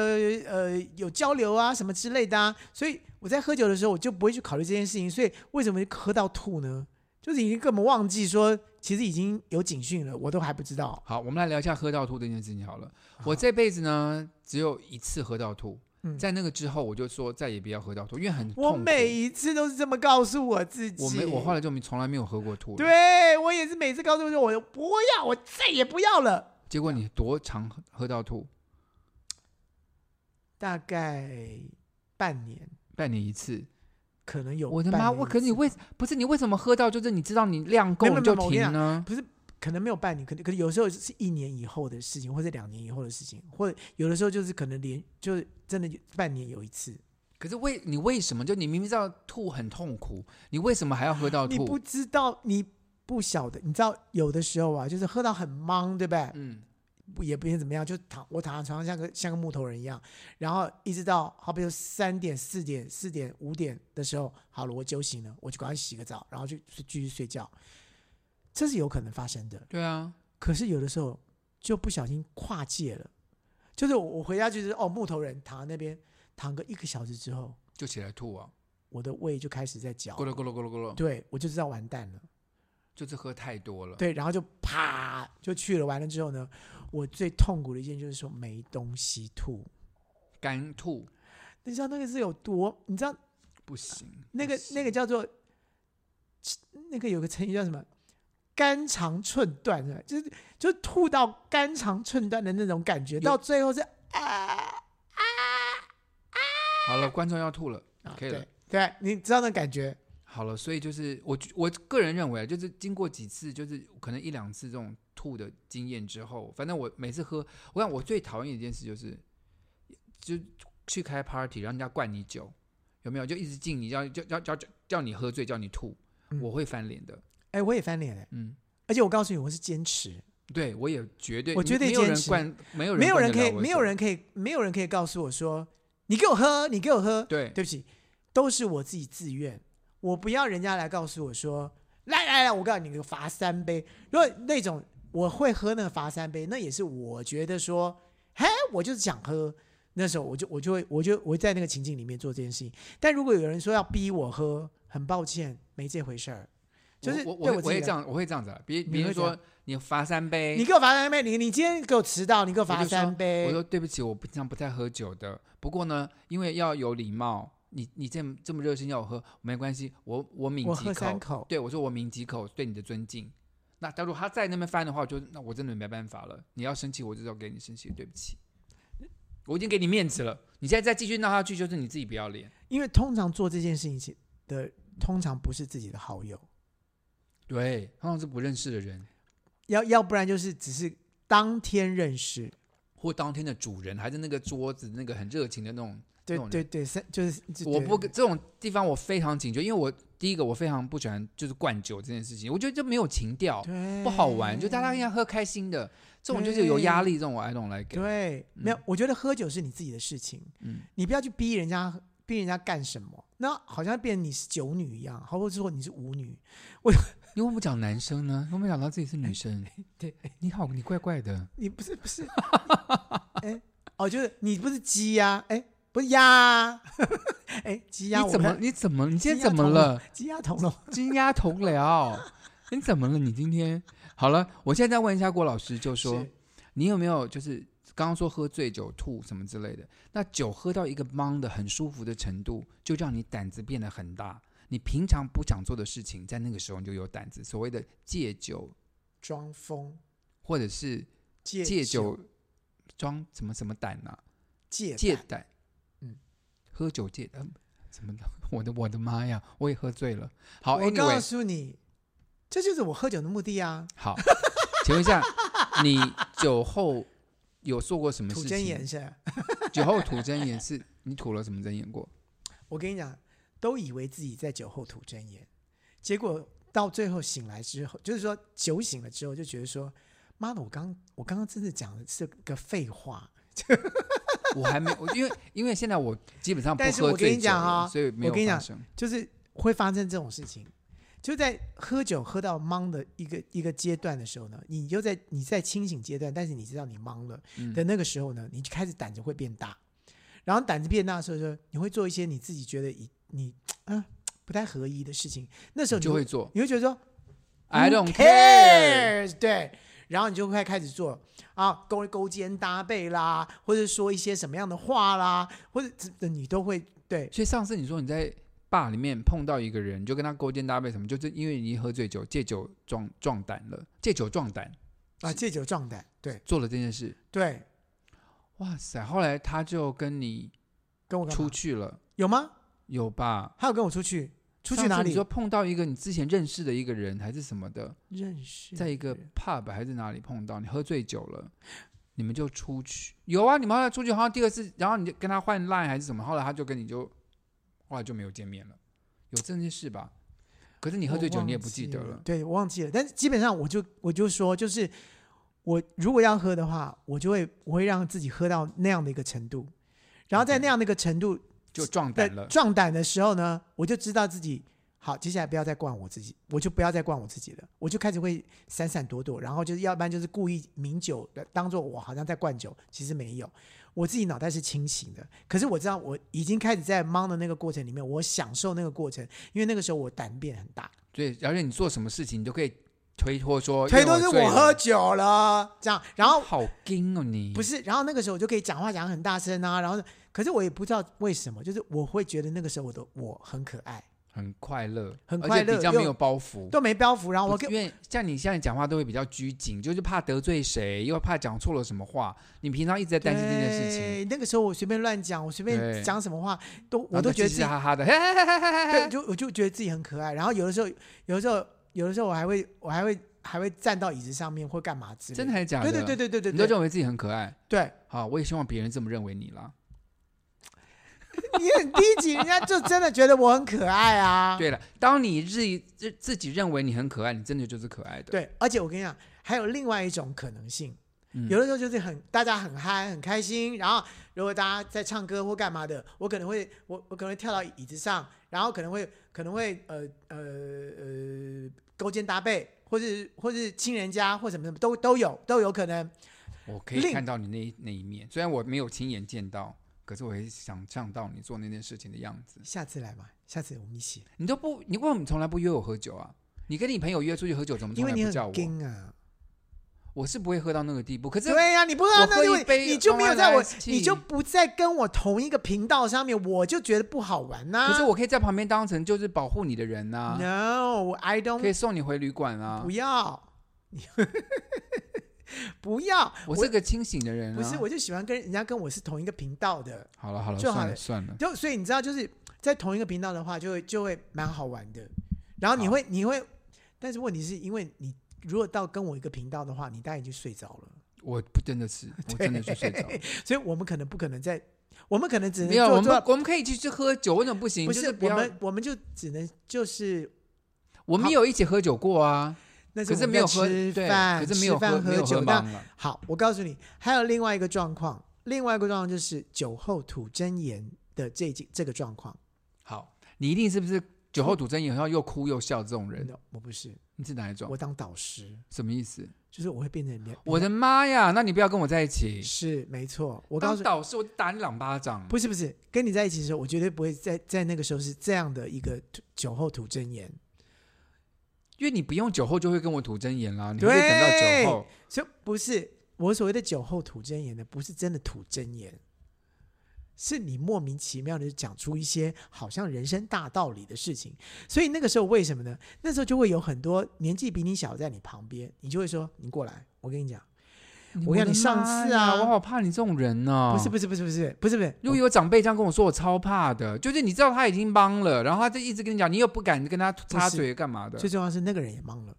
Speaker 1: 呃有交流啊什么之类的啊，所以我在喝酒的时候我就不会去考虑这件事情，所以为什么喝到吐呢？就是已经根本忘记说，其实已经有警讯了，我都还不知道。
Speaker 2: 好，我们来聊一下喝到吐这件事情好了。我
Speaker 1: 好
Speaker 2: 这辈子呢只有一次喝到吐，
Speaker 1: 嗯
Speaker 2: 在那个之后我就说再也不要喝到吐，因为很痛
Speaker 1: 我
Speaker 2: 苦
Speaker 1: 每一次都是这么告诉我自己。
Speaker 2: 我没我后来就没从来没有喝过吐了。，
Speaker 1: 对我也是每次告诉我说我不要，我再也不要了。
Speaker 2: 结果你多常喝喝到吐？
Speaker 1: 大概半年，
Speaker 2: 半年一次。
Speaker 1: 可能有
Speaker 2: 我的
Speaker 1: 半
Speaker 2: 妈！
Speaker 1: 年一
Speaker 2: 我可是你
Speaker 1: 次
Speaker 2: 为不是你为什么喝到就是你知道你量够
Speaker 1: 没有
Speaker 2: 你就
Speaker 1: 没有没有
Speaker 2: 停呢？
Speaker 1: 可能没有半年，可能可能有时候是一年以后的事情，或者两年以后的事情，或者有的时候就是可能连就是真的半年有一次，
Speaker 2: 可是为你为什么就你明明知道吐很痛苦，你为什么还要喝到
Speaker 1: 你不
Speaker 2: 吐？
Speaker 1: 知道你。不晓得，你知道有的时候啊，就是喝到很懵，对不对？
Speaker 2: 嗯，
Speaker 1: 也不一定怎么样，就躺我躺在床上像个像个木头人一样，然后一直到好比说三点、四点、四点、五点的时候，好了，我酒醒了，我就赶快洗个澡，然后就继续睡觉，这是有可能发生的。
Speaker 2: 对啊，
Speaker 1: 可是有的时候就不小心跨界了，就是我我回家就是哦木头人躺在那边躺个一个小时之后，
Speaker 2: 就起来吐啊，
Speaker 1: 我的胃就开始在嚼
Speaker 2: 咕，噜咕噜咕噜咕噜，
Speaker 1: 对我就知道完蛋了。
Speaker 2: 就是喝太多了。
Speaker 1: 对，然后就啪就去了。完了之后呢，我最痛苦的一件就是说没东西吐。
Speaker 2: 干吐
Speaker 1: 你知道那个是有多？你知道
Speaker 2: 不行，
Speaker 1: 那个
Speaker 2: 不行
Speaker 1: 那个叫做那个有个成语叫什么？肝肠寸断是吧？就是就吐到肝肠寸断的那种感觉，
Speaker 2: 有
Speaker 1: 到最后是啊
Speaker 2: 好了，观众要吐了，
Speaker 1: 啊，
Speaker 2: 可以了
Speaker 1: 对对，你知道那感觉？
Speaker 2: 好了，所以就是我我个人认为，啊，就是经过几次，就是可能一两次这种吐的经验之后，反正我每次喝，我想我最讨厌一件事就是，就去开 party，让人家灌你酒，有没有？就一直敬你，要叫叫叫叫你喝醉，叫你吐，
Speaker 1: 嗯
Speaker 2: 我会翻脸的。
Speaker 1: 哎，我也翻脸了，
Speaker 2: 嗯，
Speaker 1: 而且我告诉你，我是坚持，
Speaker 2: 对我也绝对，
Speaker 1: 我绝对
Speaker 2: 没有
Speaker 1: 坚
Speaker 2: 人
Speaker 1: 持
Speaker 2: 灌，没有人
Speaker 1: 没有
Speaker 2: 灌
Speaker 1: 人
Speaker 2: 得
Speaker 1: 可以，
Speaker 2: 了我
Speaker 1: 没有
Speaker 2: 酒
Speaker 1: 人可以，没有人可以告诉我说你给我喝，你给我喝，
Speaker 2: 对
Speaker 1: 对不起，都是我自己自愿，我不要人家来告诉我说，来来来，我告诉你，你给我罚三杯。如果那种我会喝那个罚三杯，那也是我觉得说，嘿，我就是想喝。那时候我就我就会我就我在那个情境里面做这件事情。但如果有人说要逼我喝，很抱歉，没这回事儿。就是
Speaker 2: 我我
Speaker 1: 对
Speaker 2: 会
Speaker 1: 我
Speaker 2: 我
Speaker 1: 自
Speaker 2: 会
Speaker 1: 己
Speaker 2: 这
Speaker 1: 来，
Speaker 2: 样，我会这样子啊啦，别
Speaker 1: 你
Speaker 2: 别人
Speaker 1: 会这样
Speaker 2: 说你罚三杯，
Speaker 1: 你给我罚三杯，你你今天给我迟到，你给我罚
Speaker 2: 就说
Speaker 1: 三杯。
Speaker 2: 我说对不起，我平常不太喝酒的。不过呢，因为要有礼貌，你你这么这么热心要我喝，没关系，我我抿
Speaker 1: 我
Speaker 2: 几
Speaker 1: 喝
Speaker 2: 口
Speaker 1: 三。口，
Speaker 2: 对，我说我抿几口，对你的尊敬。那假如他在那边翻的话，我就那我真的没办法了。你要生气，我就要给你生气，对不起，我已经给你面子了。你现在再继续闹下去，就是你自己不要脸。
Speaker 1: 因为通常做这件事情的通常不是自己的好友。
Speaker 2: 对，通常是不认识的人，
Speaker 1: 要要不然就是只是当天认识，
Speaker 2: 或当天的主人，还是那个桌子那个很热情的那种
Speaker 1: 对
Speaker 2: 那种人
Speaker 1: 对对，三就是就
Speaker 2: 我
Speaker 1: 对
Speaker 2: 不这种地方我非常警觉，因为我第一个我非常不喜欢就是灌酒这件事情，我觉得这没有情调，
Speaker 1: 对
Speaker 2: 不好玩，就大家应该喝开心的。这种就是有压力，这种我 I don't like it。
Speaker 1: 对，没有，我觉得喝酒是你自己的事情，
Speaker 2: 嗯，
Speaker 1: 你不要去逼人家逼人家干什么，那好像变成你是酒女一样，好或者说你是舞女，
Speaker 2: 你为什么讲男生呢？我没想到自己是女生。
Speaker 1: (laughs) 对，
Speaker 2: 你好，你怪怪的。
Speaker 1: 你不是不
Speaker 2: (laughs)
Speaker 1: 是，哎哦，就是你不是鸡呀、哎不是鸭 (laughs) 啊，哎鸡
Speaker 2: 你
Speaker 1: 鸭我
Speaker 2: 怎么
Speaker 1: 们
Speaker 2: 你怎么你今天
Speaker 1: 鸡鸭
Speaker 2: 怎么
Speaker 1: 同 (laughs)
Speaker 2: 了？
Speaker 1: 鸡鸭同笼？
Speaker 2: 金鸭同僚，你怎么了？你今天好了？我现在再问一下郭老师，就说
Speaker 1: 是
Speaker 2: 你有没有就是刚刚说喝醉酒、吐什么之类的，那酒喝到一个懵的很舒服的程度，就让你胆子变得很大。你平常不想做的事情，在那个时候你就有胆子。所谓的戒酒，
Speaker 1: 装疯
Speaker 2: 或者是
Speaker 1: 戒
Speaker 2: 戒
Speaker 1: 酒
Speaker 2: 酒装什么什么胆呐、
Speaker 1: 戒
Speaker 2: 戒
Speaker 1: 胆
Speaker 2: 胆，
Speaker 1: 嗯，
Speaker 2: 喝酒戒胆、什么的？ (laughs) 我的我的妈呀，我也喝醉了。好
Speaker 1: 我告
Speaker 2: ，anyway，
Speaker 1: 诉你，这就是我喝酒的目的啊！
Speaker 2: 好，请问一下，你酒后有做过什么
Speaker 1: 吐
Speaker 2: 事
Speaker 1: 真言
Speaker 2: 情？
Speaker 1: 是，
Speaker 2: 酒后吐真言是你吐了什么真言过？
Speaker 1: (laughs) 我跟你讲，都以为自己在酒后吐真言，结果到最后醒来之后，就是说酒醒了之后，就觉得说，妈的，我刚我刚刚真的讲的是个废话。
Speaker 2: 我还没，我因为因为现在我基本上不
Speaker 1: 但是我
Speaker 2: 喝
Speaker 1: 跟你
Speaker 2: 醉酒
Speaker 1: 讲
Speaker 2: 了，
Speaker 1: 啊
Speaker 2: 所以没有
Speaker 1: 我跟你
Speaker 2: 发
Speaker 1: 讲
Speaker 2: 生。
Speaker 1: 就是会发生这种事情。就在喝酒喝到懵的一个一个阶段的时候呢，你就在你在清醒阶段，但是你知道你懵了
Speaker 2: 嗯
Speaker 1: 的那个时候呢，你就开始胆子会变大，然后胆子变大的时候就你会做一些你自己觉得你你啊、不太合一的事情，那时候你
Speaker 2: 你就会做
Speaker 1: 你会觉得说
Speaker 2: I
Speaker 1: who
Speaker 2: don't care。
Speaker 1: cares，对，然后你就会开始做啊勾勾肩搭背啦，或者说一些什么样的话啦，或者你都会对
Speaker 2: 所以上次你说你在坝里面碰到一个人，你就跟他勾肩搭背什么，就是因为你喝醉酒，借酒壮壮胆了，借酒壮胆
Speaker 1: 啊借酒壮胆，对
Speaker 2: 做了这件事。
Speaker 1: 对。
Speaker 2: 哇塞！后来他就跟你
Speaker 1: 跟我干嘛
Speaker 2: 出去了，
Speaker 1: 有吗？
Speaker 2: 有吧？
Speaker 1: 还有跟我出去，出去
Speaker 2: 上次
Speaker 1: 哪
Speaker 2: 你
Speaker 1: 里
Speaker 2: 说？碰到一个你之前认识的一个人还是什么的，
Speaker 1: 认识
Speaker 2: 在一个 pub 还是哪里碰到，你喝醉酒了，你们就出去。有啊，你们后来出去，好像第二次，然后你就跟他换 line 还是什么，后来他就跟你就，后来就没有见面了，有这件事吧？可是你
Speaker 1: 你
Speaker 2: 喝醉酒，你也不记得了。
Speaker 1: 对，我忘记了。但是基本上我就我就说，就是我如果要喝的话，我就会我会让自己喝到那样的一个程度，然后在
Speaker 2: OK
Speaker 1: 那样的一个程度
Speaker 2: 就壮
Speaker 1: 的
Speaker 2: 胆了。
Speaker 1: 壮胆的时候呢，我就知道自己。好，接下来不要再惯我自己，我就不要再惯我自己了，我就开始会闪闪躲躲，然后就是要不然就是故意抿酒，当做我好像在灌酒，其实没有，我自己脑袋是清醒的，可是我知道我已经开始在忙的那个过程里面，我享受那个过程，因为那个时候我胆变很大，
Speaker 2: 对，而且你做什么事情，你都可以推脱说，
Speaker 1: 推都是
Speaker 2: 哦
Speaker 1: 我
Speaker 2: 因为醉了
Speaker 1: 喝酒了这样，然后
Speaker 2: 好硬哦你，
Speaker 1: 不是，然后那个时候我就可以讲话讲得很大声啊，然后可是我也不知道为什么，就是我会觉得那个时候我的我很可爱，
Speaker 2: 很快乐，
Speaker 1: 很
Speaker 2: 而且
Speaker 1: 快乐
Speaker 2: 比较没有
Speaker 1: 又
Speaker 2: 包袱。
Speaker 1: 都没包袱，然后我
Speaker 2: 不
Speaker 1: 跟
Speaker 2: 因为像你现在讲话都会比较拘谨，就是怕得罪谁，又怕讲错了什么话。你平常一直在担心这件事情，
Speaker 1: 对。那个时候我随便乱讲，我随
Speaker 2: 对
Speaker 1: 便讲什么话都我
Speaker 2: 然后
Speaker 1: 都
Speaker 2: 就
Speaker 1: 觉得自
Speaker 2: 嘻嘻
Speaker 1: 己，
Speaker 2: 哈哈的，嘿嘿嘿嘿嘿嘿
Speaker 1: 对，就我就觉得自己很可爱。然后有的时候，有的时候，有的时候我还会，我还会还会站到椅子上面或干嘛之类
Speaker 2: 真的还是假
Speaker 1: 对
Speaker 2: 的？
Speaker 1: 对对对对对
Speaker 2: 你都
Speaker 1: 对，
Speaker 2: 认为自己很可爱。
Speaker 1: 对
Speaker 2: 好，我也希望别人这么认为你啦。
Speaker 1: 你很低级，人家就真的觉得我很可爱啊。
Speaker 2: 对了，当你自己自自己认为你很可爱，你真的就是可爱的。，
Speaker 1: 对，而且我跟你讲，还有另外一种可能性，
Speaker 2: 嗯
Speaker 1: 有的时候就是很大家很嗨很开心，然后如果大家在唱歌或干嘛的，我可能会我我可能会跳到椅子上，然后可能会可能会呃呃呃勾肩搭背，或是或是亲人家或什么什么都都有都有可能。
Speaker 2: 我可以
Speaker 1: 另
Speaker 2: 看到你那一那一面，虽然我没有亲眼见到，可是我会想象到你做那件事情的样子。
Speaker 1: 下次来嘛，下次我们一起，
Speaker 2: 你都不，你为什么从来不约我喝酒啊？你跟你朋友约出去喝酒，怎么
Speaker 1: 因
Speaker 2: 从
Speaker 1: 为
Speaker 2: 来
Speaker 1: 你
Speaker 2: 不叫
Speaker 1: 很
Speaker 2: 我？
Speaker 1: 硬啊。
Speaker 2: 我是不会喝到那个地步，可是
Speaker 1: 对啊呀、你不知道
Speaker 2: 我喝
Speaker 1: 那
Speaker 2: 一
Speaker 1: 因为
Speaker 2: 杯
Speaker 1: 你就没有在我
Speaker 2: Long，Island Iced
Speaker 1: 你就不在跟我同一个频道上面，我就觉得不好玩呐、
Speaker 2: 可是我可以啊在旁边当成就是保护你的人呐、
Speaker 1: No，I don't
Speaker 2: 可以送你回旅馆啊
Speaker 1: 不。要， (laughs) 不要，
Speaker 2: 我是个清醒的人啊。
Speaker 1: 不是，我就喜欢跟人家跟我是同一个频道的，
Speaker 2: 好了好了，
Speaker 1: 就好
Speaker 2: 算
Speaker 1: 了
Speaker 2: 了算了。
Speaker 1: 就所以你知道，就是在同一个频道的话，就会就会蛮好玩的。然后你
Speaker 2: 好
Speaker 1: 会你会，但是问题是因为你如果到跟我一个频道的话，你大概已经睡着了，
Speaker 2: 我不真
Speaker 1: (laughs)
Speaker 2: 的是，我真的是睡着了。
Speaker 1: 所以我们可能不可能在，我们可能只能
Speaker 2: 没有，我
Speaker 1: 做
Speaker 2: 们
Speaker 1: 做。
Speaker 2: 我们可以去去喝酒，为什么不行？
Speaker 1: 不，
Speaker 2: 就是不
Speaker 1: 我
Speaker 2: 要，
Speaker 1: 们我们就只能就是，
Speaker 2: 我们有一起喝酒过啊，
Speaker 1: 那
Speaker 2: 可
Speaker 1: 是
Speaker 2: 是
Speaker 1: 我们
Speaker 2: 没有
Speaker 1: 在
Speaker 2: 喝，
Speaker 1: 吃
Speaker 2: 对，
Speaker 1: 饭，
Speaker 2: 可是没
Speaker 1: 吃
Speaker 2: 有喝
Speaker 1: 饭
Speaker 2: 没
Speaker 1: 喝
Speaker 2: 有喝
Speaker 1: 酒。那
Speaker 2: 茫了。
Speaker 1: 好，我告诉你，还有另外一个状况，另外一个状况就是酒后吐真言的这这个状况。
Speaker 2: 好，你一定是不是酒后吐真言，然后又哭又笑这种人？
Speaker 1: No，我不是，
Speaker 2: 你是哪一种
Speaker 1: 嗯我？当导师，
Speaker 2: 什么意思？
Speaker 1: 就是我会变成别
Speaker 2: 我的妈呀！那你不要跟我在一起。
Speaker 1: 是没错。
Speaker 2: 我
Speaker 1: 我告诉你，
Speaker 2: 导师，我打你两巴掌。
Speaker 1: 不是不是，跟你在一起的时候，我绝对不会在在那个时候是这样的一个吐酒后吐真言。
Speaker 2: 因为你不用酒后就会跟我吐真言啦，你会
Speaker 1: 对
Speaker 2: 等到酒后。
Speaker 1: 所以不是，我所谓的酒后吐真言呢，不是真的吐真言，是你莫名其妙的讲出一些好像人生大道理的事情。所以那个时候为什么呢？那时候就会有很多年纪比你小在你旁边，你就会说：“你过来，我跟你讲。我跟你
Speaker 2: 的
Speaker 1: 上次
Speaker 2: 妈呀
Speaker 1: 啊
Speaker 2: 我好怕你这种人哦呢、
Speaker 1: 不是不是不是不是不是不是，
Speaker 2: 如果有长辈这样跟我说，我超怕的。就是你知道他已经帮了，然后他就一直跟你讲，你又不敢跟他插嘴干嘛的。
Speaker 1: 最重要是那个人也懵了，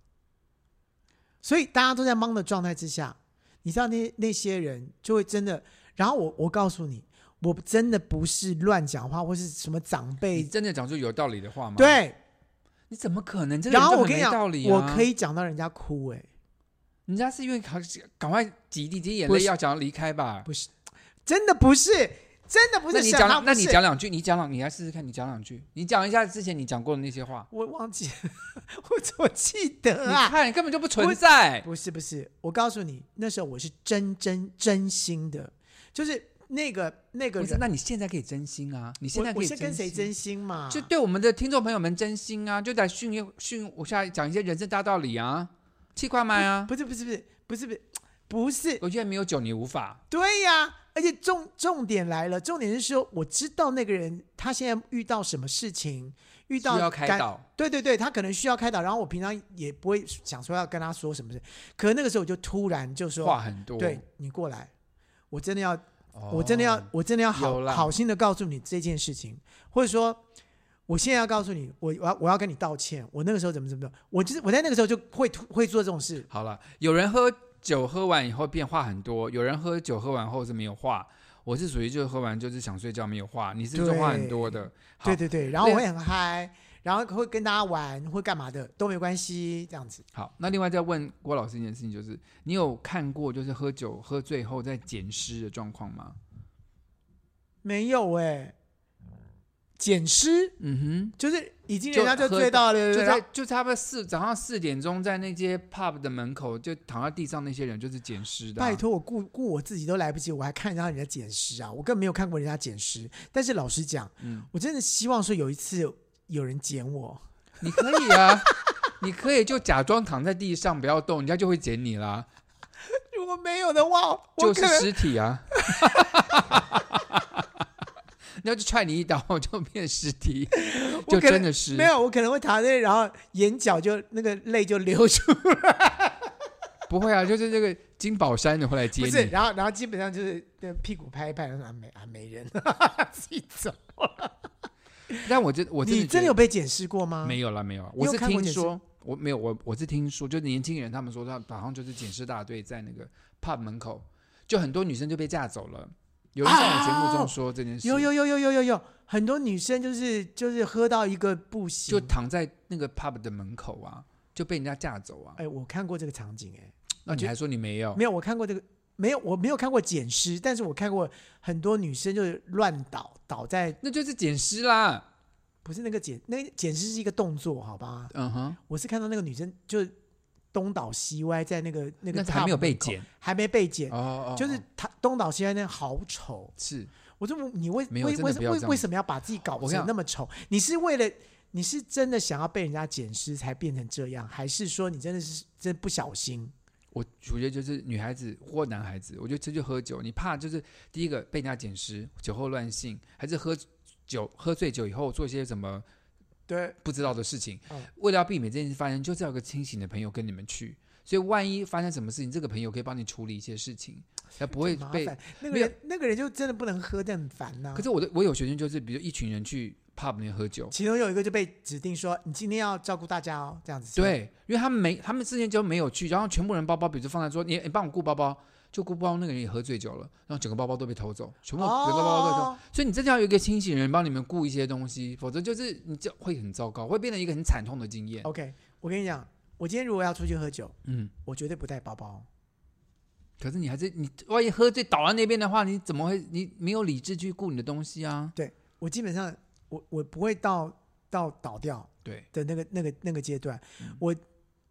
Speaker 1: 所以大家都在懵的状态之下，你知道那那些人就会真的，然后我我告诉你，我真的不是乱讲话或是什么长
Speaker 2: 你
Speaker 1: 辈，
Speaker 2: 真的讲出有道理的话吗？，
Speaker 1: 对，
Speaker 2: 你怎么可能？这个
Speaker 1: 然
Speaker 2: 人
Speaker 1: 后
Speaker 2: 根
Speaker 1: 我
Speaker 2: 本
Speaker 1: 跟你
Speaker 2: 没道
Speaker 1: 讲，
Speaker 2: 理、啊。
Speaker 1: 我可，以讲到人家哭、欸，
Speaker 2: 人家是因为赶赶快挤一滴滴眼
Speaker 1: 不
Speaker 2: 泪
Speaker 1: 是
Speaker 2: 要想要离开吧？
Speaker 1: 不是，真的不是，真的不
Speaker 2: 那
Speaker 1: 是
Speaker 2: 你
Speaker 1: 想
Speaker 2: 讲
Speaker 1: 到
Speaker 2: 两，
Speaker 1: 不
Speaker 2: 那你
Speaker 1: 是
Speaker 2: 讲两句，你讲两，你来试试看，你讲两句，你讲一下之前你讲过的那些话。
Speaker 1: 我忘记， (laughs) 我怎么记得
Speaker 2: 你
Speaker 1: 啊？
Speaker 2: 看，根本就不存在。
Speaker 1: 不是不是，我告诉你，那时候我是真真真心的，就是那个那个
Speaker 2: 不
Speaker 1: 人
Speaker 2: 是，，那你现在可以真心啊！你现在
Speaker 1: 我
Speaker 2: 可
Speaker 1: 我
Speaker 2: 以
Speaker 1: 是跟谁真心嘛？
Speaker 2: 就对我们的听众朋友们真心啊，就在训练训我下来讲一些人生大道理啊，气块麦啊，
Speaker 1: 不是不是不是不是不是不是，
Speaker 2: 我觉得没有酒你无法，
Speaker 1: 对呀、而且重重点来了，重点是说我知道那个人他现在遇到什么事情，遇
Speaker 2: 需
Speaker 1: 到
Speaker 2: 要开
Speaker 1: 感，
Speaker 2: 导，
Speaker 1: 对对对，他可能需要开导，然后我平常也不会想说要跟他说什么事，可是那个时候我就突然就说，
Speaker 2: 话很多，
Speaker 1: 对你过来，我真的要
Speaker 2: 哦，
Speaker 1: 我真的要，我真的要
Speaker 2: 有
Speaker 1: 好
Speaker 2: 啦
Speaker 1: 好心的告诉你这件事情，或者说，我现在要告诉你，我我要我要跟你道歉，我那个时候怎么怎么的，我就是我在那个时候就会突会做这种事，
Speaker 2: 好了，有人喝酒喝完以后变话很多，有人喝酒喝完后是没有话，我是属于就是喝完就是想睡觉没有话，你是就
Speaker 1: 对
Speaker 2: 话很多的，好
Speaker 1: 对对对，然后我
Speaker 2: 那
Speaker 1: 会很嗨，然后会跟大家玩，会干嘛的都没关系，这样子。
Speaker 2: 好，那另外再问郭老师一件事情，就是你有看过就是喝酒喝醉后在捡尸的状况吗？
Speaker 1: 没有哎、捡尸
Speaker 2: 嗯哼。
Speaker 1: 就是已经
Speaker 2: 就
Speaker 1: 人家就
Speaker 2: 喝
Speaker 1: 醉到了，对
Speaker 2: 就
Speaker 1: 对
Speaker 2: 在
Speaker 1: 对
Speaker 2: 就差不多四早上四点钟，在那些 pub 的门口就躺在地上，那些人就是捡尸的啊、
Speaker 1: 拜托我顾顾我自己都来不及，我还看让人家捡尸啊！我根本没有看过人家捡尸，但是老实讲，
Speaker 2: 嗯，
Speaker 1: 我真的希望说有一次有人捡我。
Speaker 2: 你可以啊， (laughs) 你可以就假装躺在地上不要动，人家就会捡你啦，
Speaker 1: 如果没有的话，我
Speaker 2: 就
Speaker 1: 可
Speaker 2: 是
Speaker 1: 能、
Speaker 2: 尸体啊。 (laughs) 人家就踹你一刀，就变尸体，
Speaker 1: 我
Speaker 2: 就
Speaker 1: 可能
Speaker 2: 真的是
Speaker 1: 没有，我可能会躺在那里，然后眼角就那个泪就流出，
Speaker 2: 不会啊，就是这个金宝山的会来接
Speaker 1: 不是，
Speaker 2: 你。
Speaker 1: 然后然后基本上就是呃屁股拍一拍，然后啊没啊没人，自己走。
Speaker 2: 但我真我真
Speaker 1: 你
Speaker 2: 的
Speaker 1: 真
Speaker 2: 觉
Speaker 1: 的
Speaker 2: 得
Speaker 1: 有被检视过吗？
Speaker 2: 没有啦，没有啦，
Speaker 1: 啊
Speaker 2: 啊
Speaker 1: 你
Speaker 2: 我
Speaker 1: 有
Speaker 2: 是
Speaker 1: 看过
Speaker 2: 听
Speaker 1: 剪
Speaker 2: 说，我没有，我我是听说，就是年轻人他们说他好像就是检视大队在那个 pub 门口，就很多女生就被架走了。有人上我节目中说这件事，
Speaker 1: 有有有有有有有，很多女生就是就是喝到一个不行，
Speaker 2: 就躺在那个 pub 的门口啊，就被人家架走啊。
Speaker 1: 哎，我看过这个场景，哎，
Speaker 2: 那你
Speaker 1: 就
Speaker 2: 还说你没有？
Speaker 1: 没有，我看过这个。没有，我没有看过捡尸，但是我看过很多女生就是乱倒，倒在
Speaker 2: 那就是捡尸啦。
Speaker 1: 不是那个捡，那个捡尸是一个动作，好吧？
Speaker 2: 嗯哼，
Speaker 1: 我是看到那个女生就是东倒西歪在那个那个
Speaker 2: 那还没有
Speaker 1: pub
Speaker 2: 被
Speaker 1: 门口
Speaker 2: 捡，
Speaker 1: 还没被剪，
Speaker 2: 哦哦，哦
Speaker 1: 就是她东倒西歪那好丑。
Speaker 2: 是
Speaker 1: 我说你为
Speaker 2: 没有
Speaker 1: 为
Speaker 2: 真的
Speaker 1: 为
Speaker 2: 不要
Speaker 1: 为
Speaker 2: 这样
Speaker 1: 为什么要把自己搞
Speaker 2: 我跟你
Speaker 1: 成
Speaker 2: 讲
Speaker 1: 那么丑？你是为了你是真的想要被人家捡尸才变成这样，还是说你真的是真不小心？
Speaker 2: 我我觉得就是女孩子或男孩子，我觉得这就喝酒，你怕就是第一个被人家捡尸，酒后乱性，还是喝酒喝醉酒以后做一些什么
Speaker 1: 对，
Speaker 2: 不知道的事情。
Speaker 1: 嗯
Speaker 2: 为了要避免这件事发生，就是要有个清醒的朋友跟你们去。所以万一发生什么事情，这个朋友可以帮你处理一些事情，他不会
Speaker 1: 麻
Speaker 2: 被。
Speaker 1: 烦啊那个
Speaker 2: 没有
Speaker 1: 人那个人就真的不能喝，这样很烦呐、
Speaker 2: 可是我的我有学生就是，比如一群人去 pub 里面喝酒，
Speaker 1: 其中有一个就被指定说你今天要照顾大家哦，这样子。，
Speaker 2: 对，因为他们没他们之前就没有去，然后全部人包包，比如说放在桌，你你帮我顾包包，就顾包包那个人也喝醉酒了，然后整个包包都被偷走，全部整个包包都被偷走。
Speaker 1: 哦，
Speaker 2: 所以你真的要有一个清醒人帮你们顾一些东西，否则就是你就会很糟糕，会变成一个很惨痛的经验。
Speaker 1: OK，我跟你讲，我今天如果要出去喝酒，
Speaker 2: 嗯。
Speaker 1: 我绝对不带包包。
Speaker 2: 可是你还是你，万一喝醉倒在那边的话，你怎么会你没有理智去顾你的东西啊？
Speaker 1: 我基本上我我不会到到倒掉
Speaker 2: 对，
Speaker 1: 的那个那个那个阶段，
Speaker 2: 嗯
Speaker 1: 我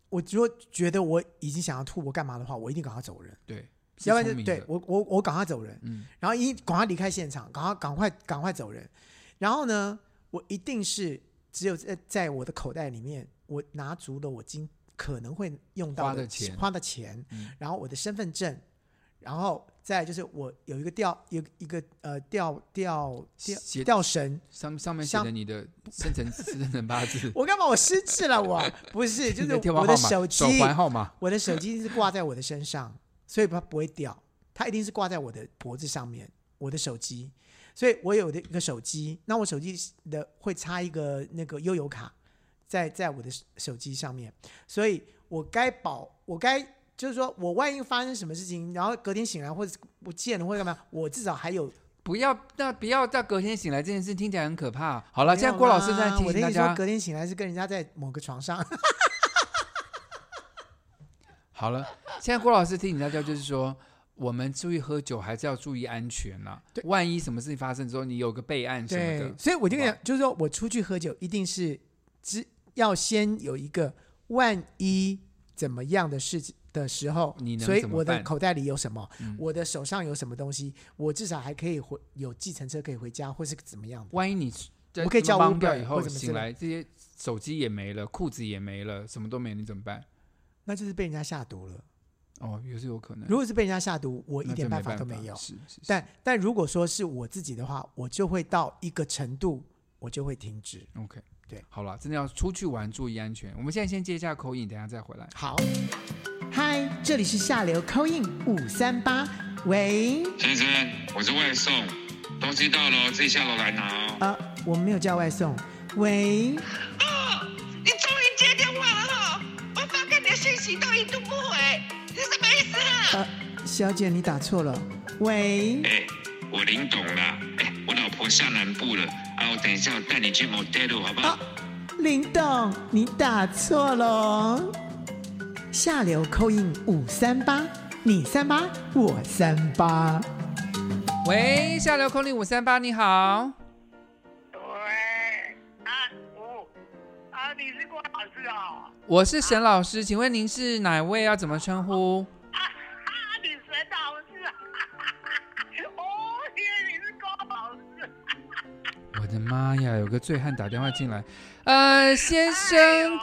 Speaker 1: 我如果觉得我已经想要吐，我干嘛的话，我一定赶快走人，
Speaker 2: 对，是
Speaker 1: 要不
Speaker 2: 聪
Speaker 1: 然就
Speaker 2: 明
Speaker 1: 对
Speaker 2: 的，
Speaker 1: 我我我赶快走人，
Speaker 2: 嗯，
Speaker 1: 然后一赶快离开现场，赶快赶快赶快走人，然后呢，我一定是只有在在我的口袋里面，我拿足了我今可能会用到
Speaker 2: 花
Speaker 1: 的
Speaker 2: 的钱
Speaker 1: 花的钱，
Speaker 2: 嗯
Speaker 1: 然后我的身份证，然后再来就是我有一个吊，有一个呃吊吊
Speaker 2: 写
Speaker 1: 吊吊绳，
Speaker 2: 上上面写
Speaker 1: 像
Speaker 2: 的你的生辰 (laughs) 生辰八字，
Speaker 1: 我干嘛？我失智了我？不是， (laughs) 就
Speaker 2: 你
Speaker 1: 是
Speaker 2: 的电话
Speaker 1: 我
Speaker 2: 号
Speaker 1: 的
Speaker 2: 码、
Speaker 1: 手
Speaker 2: 手
Speaker 1: 机，
Speaker 2: 环号码，
Speaker 1: 我的手机是挂在我的身上， (laughs) 所以它不会掉，它一定是挂在我的脖子上面，我的手机。所以我有的一个手机，那我手机的会插一个那个悠游卡在在我的手机上面，所以我该保我该就是说我万一发生什么事情，然后隔天醒来或者不见了或者干嘛，我至少还有。
Speaker 2: 不要那不要到隔天醒来这件事听起来很可怕。好了，现在
Speaker 1: 没有
Speaker 2: 郭老师
Speaker 1: 啦
Speaker 2: 在提
Speaker 1: 我的
Speaker 2: 醒
Speaker 1: 意
Speaker 2: 大
Speaker 1: 思说，
Speaker 2: 家，
Speaker 1: 隔天醒来是跟人家在某个床上，
Speaker 2: 好了，现在郭老师提醒大家就是说。我们注意喝酒，还是要注意安全呐、
Speaker 1: 对
Speaker 2: 万一什么事情发生之后，你有个备案什么
Speaker 1: 对
Speaker 2: 的，。
Speaker 1: 所以我就跟你
Speaker 2: 好
Speaker 1: 讲，就是说我出去喝酒，一定是只要先有一个万一怎么样的事情的时候
Speaker 2: 你，能
Speaker 1: 所以
Speaker 2: 怎么
Speaker 1: 我的
Speaker 2: 办
Speaker 1: 口袋里有什么，
Speaker 2: 嗯
Speaker 1: 我的手上有什么东西，我至少还可以回有计程车可以回家，或是怎么样的。
Speaker 2: 万一你在
Speaker 1: 我可以叫
Speaker 2: 帮
Speaker 1: Uber
Speaker 2: 掉以后
Speaker 1: 或者什么之
Speaker 2: 醒来，这些手机也没了，裤子也没了，什么都没了，你怎么办？
Speaker 1: 那就是被人家下毒了。
Speaker 2: 哦，也是有可能。
Speaker 1: 如果是被人家下毒，我
Speaker 2: 那
Speaker 1: 一点
Speaker 2: 真
Speaker 1: 办
Speaker 2: 没
Speaker 1: 法
Speaker 2: 办
Speaker 1: 都没有。
Speaker 2: 是是是
Speaker 1: 但但如果说是我自己的话，我就会到一个程度，我就会停止。
Speaker 2: OK，
Speaker 1: 对，
Speaker 2: 好了，真的要出去玩，注意安全。我们现在先接一下口音，等一下再回来。
Speaker 1: 好，嗨，这里是下流 coin 五三八，喂。
Speaker 3: 先生，我是外送，东西到了自己下楼来拿哦。
Speaker 1: 啊，我们没有叫外送。喂，
Speaker 4: 哦，你终于接电话了哈、我发给你的信息都一度不回，你什么意思啊？
Speaker 1: 呃，小姐，你打错了。喂
Speaker 3: 哎、，我林董啦，哎、我老婆下南部了，啊，我等一下我带你去 motel 好不好？
Speaker 1: 啊，林董，你打错了哦。下流扣印五三八，你三八，我三八。
Speaker 2: 喂，下流空灵五三八，你好，
Speaker 5: 喂，啊，我啊，你是郭老师哦？
Speaker 2: 我是沈老师，请问您是哪位？要怎么称呼？
Speaker 5: 啊 (laughs) 啊，你沈老师啊！ (laughs) 哦耶，你是郭老师。
Speaker 2: 我的妈呀，有个醉汉打电话进来，呃，先生，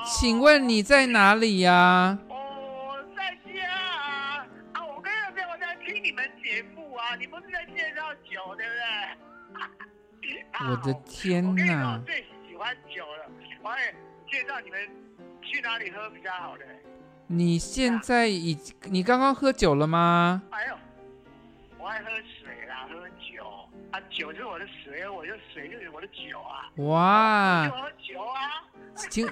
Speaker 2: 请问你在哪里呀、
Speaker 5: 哦，在家啊啊！我刚刚没有在听你们节目啊，你不是在介绍酒对不对？ (laughs) 啊
Speaker 2: 我的天
Speaker 5: 我跟你说，我
Speaker 2: 哪！
Speaker 5: 最喜欢酒了。我也介绍你们去哪里喝比较好的。
Speaker 2: 你
Speaker 5: 啊
Speaker 2: 现在已你刚刚喝酒了吗？
Speaker 5: 哎呦，我爱喝水啦，喝酒啊，酒是我的水，我就水就是我的酒啊，就
Speaker 2: 哇，
Speaker 5: 喝酒啊
Speaker 2: 请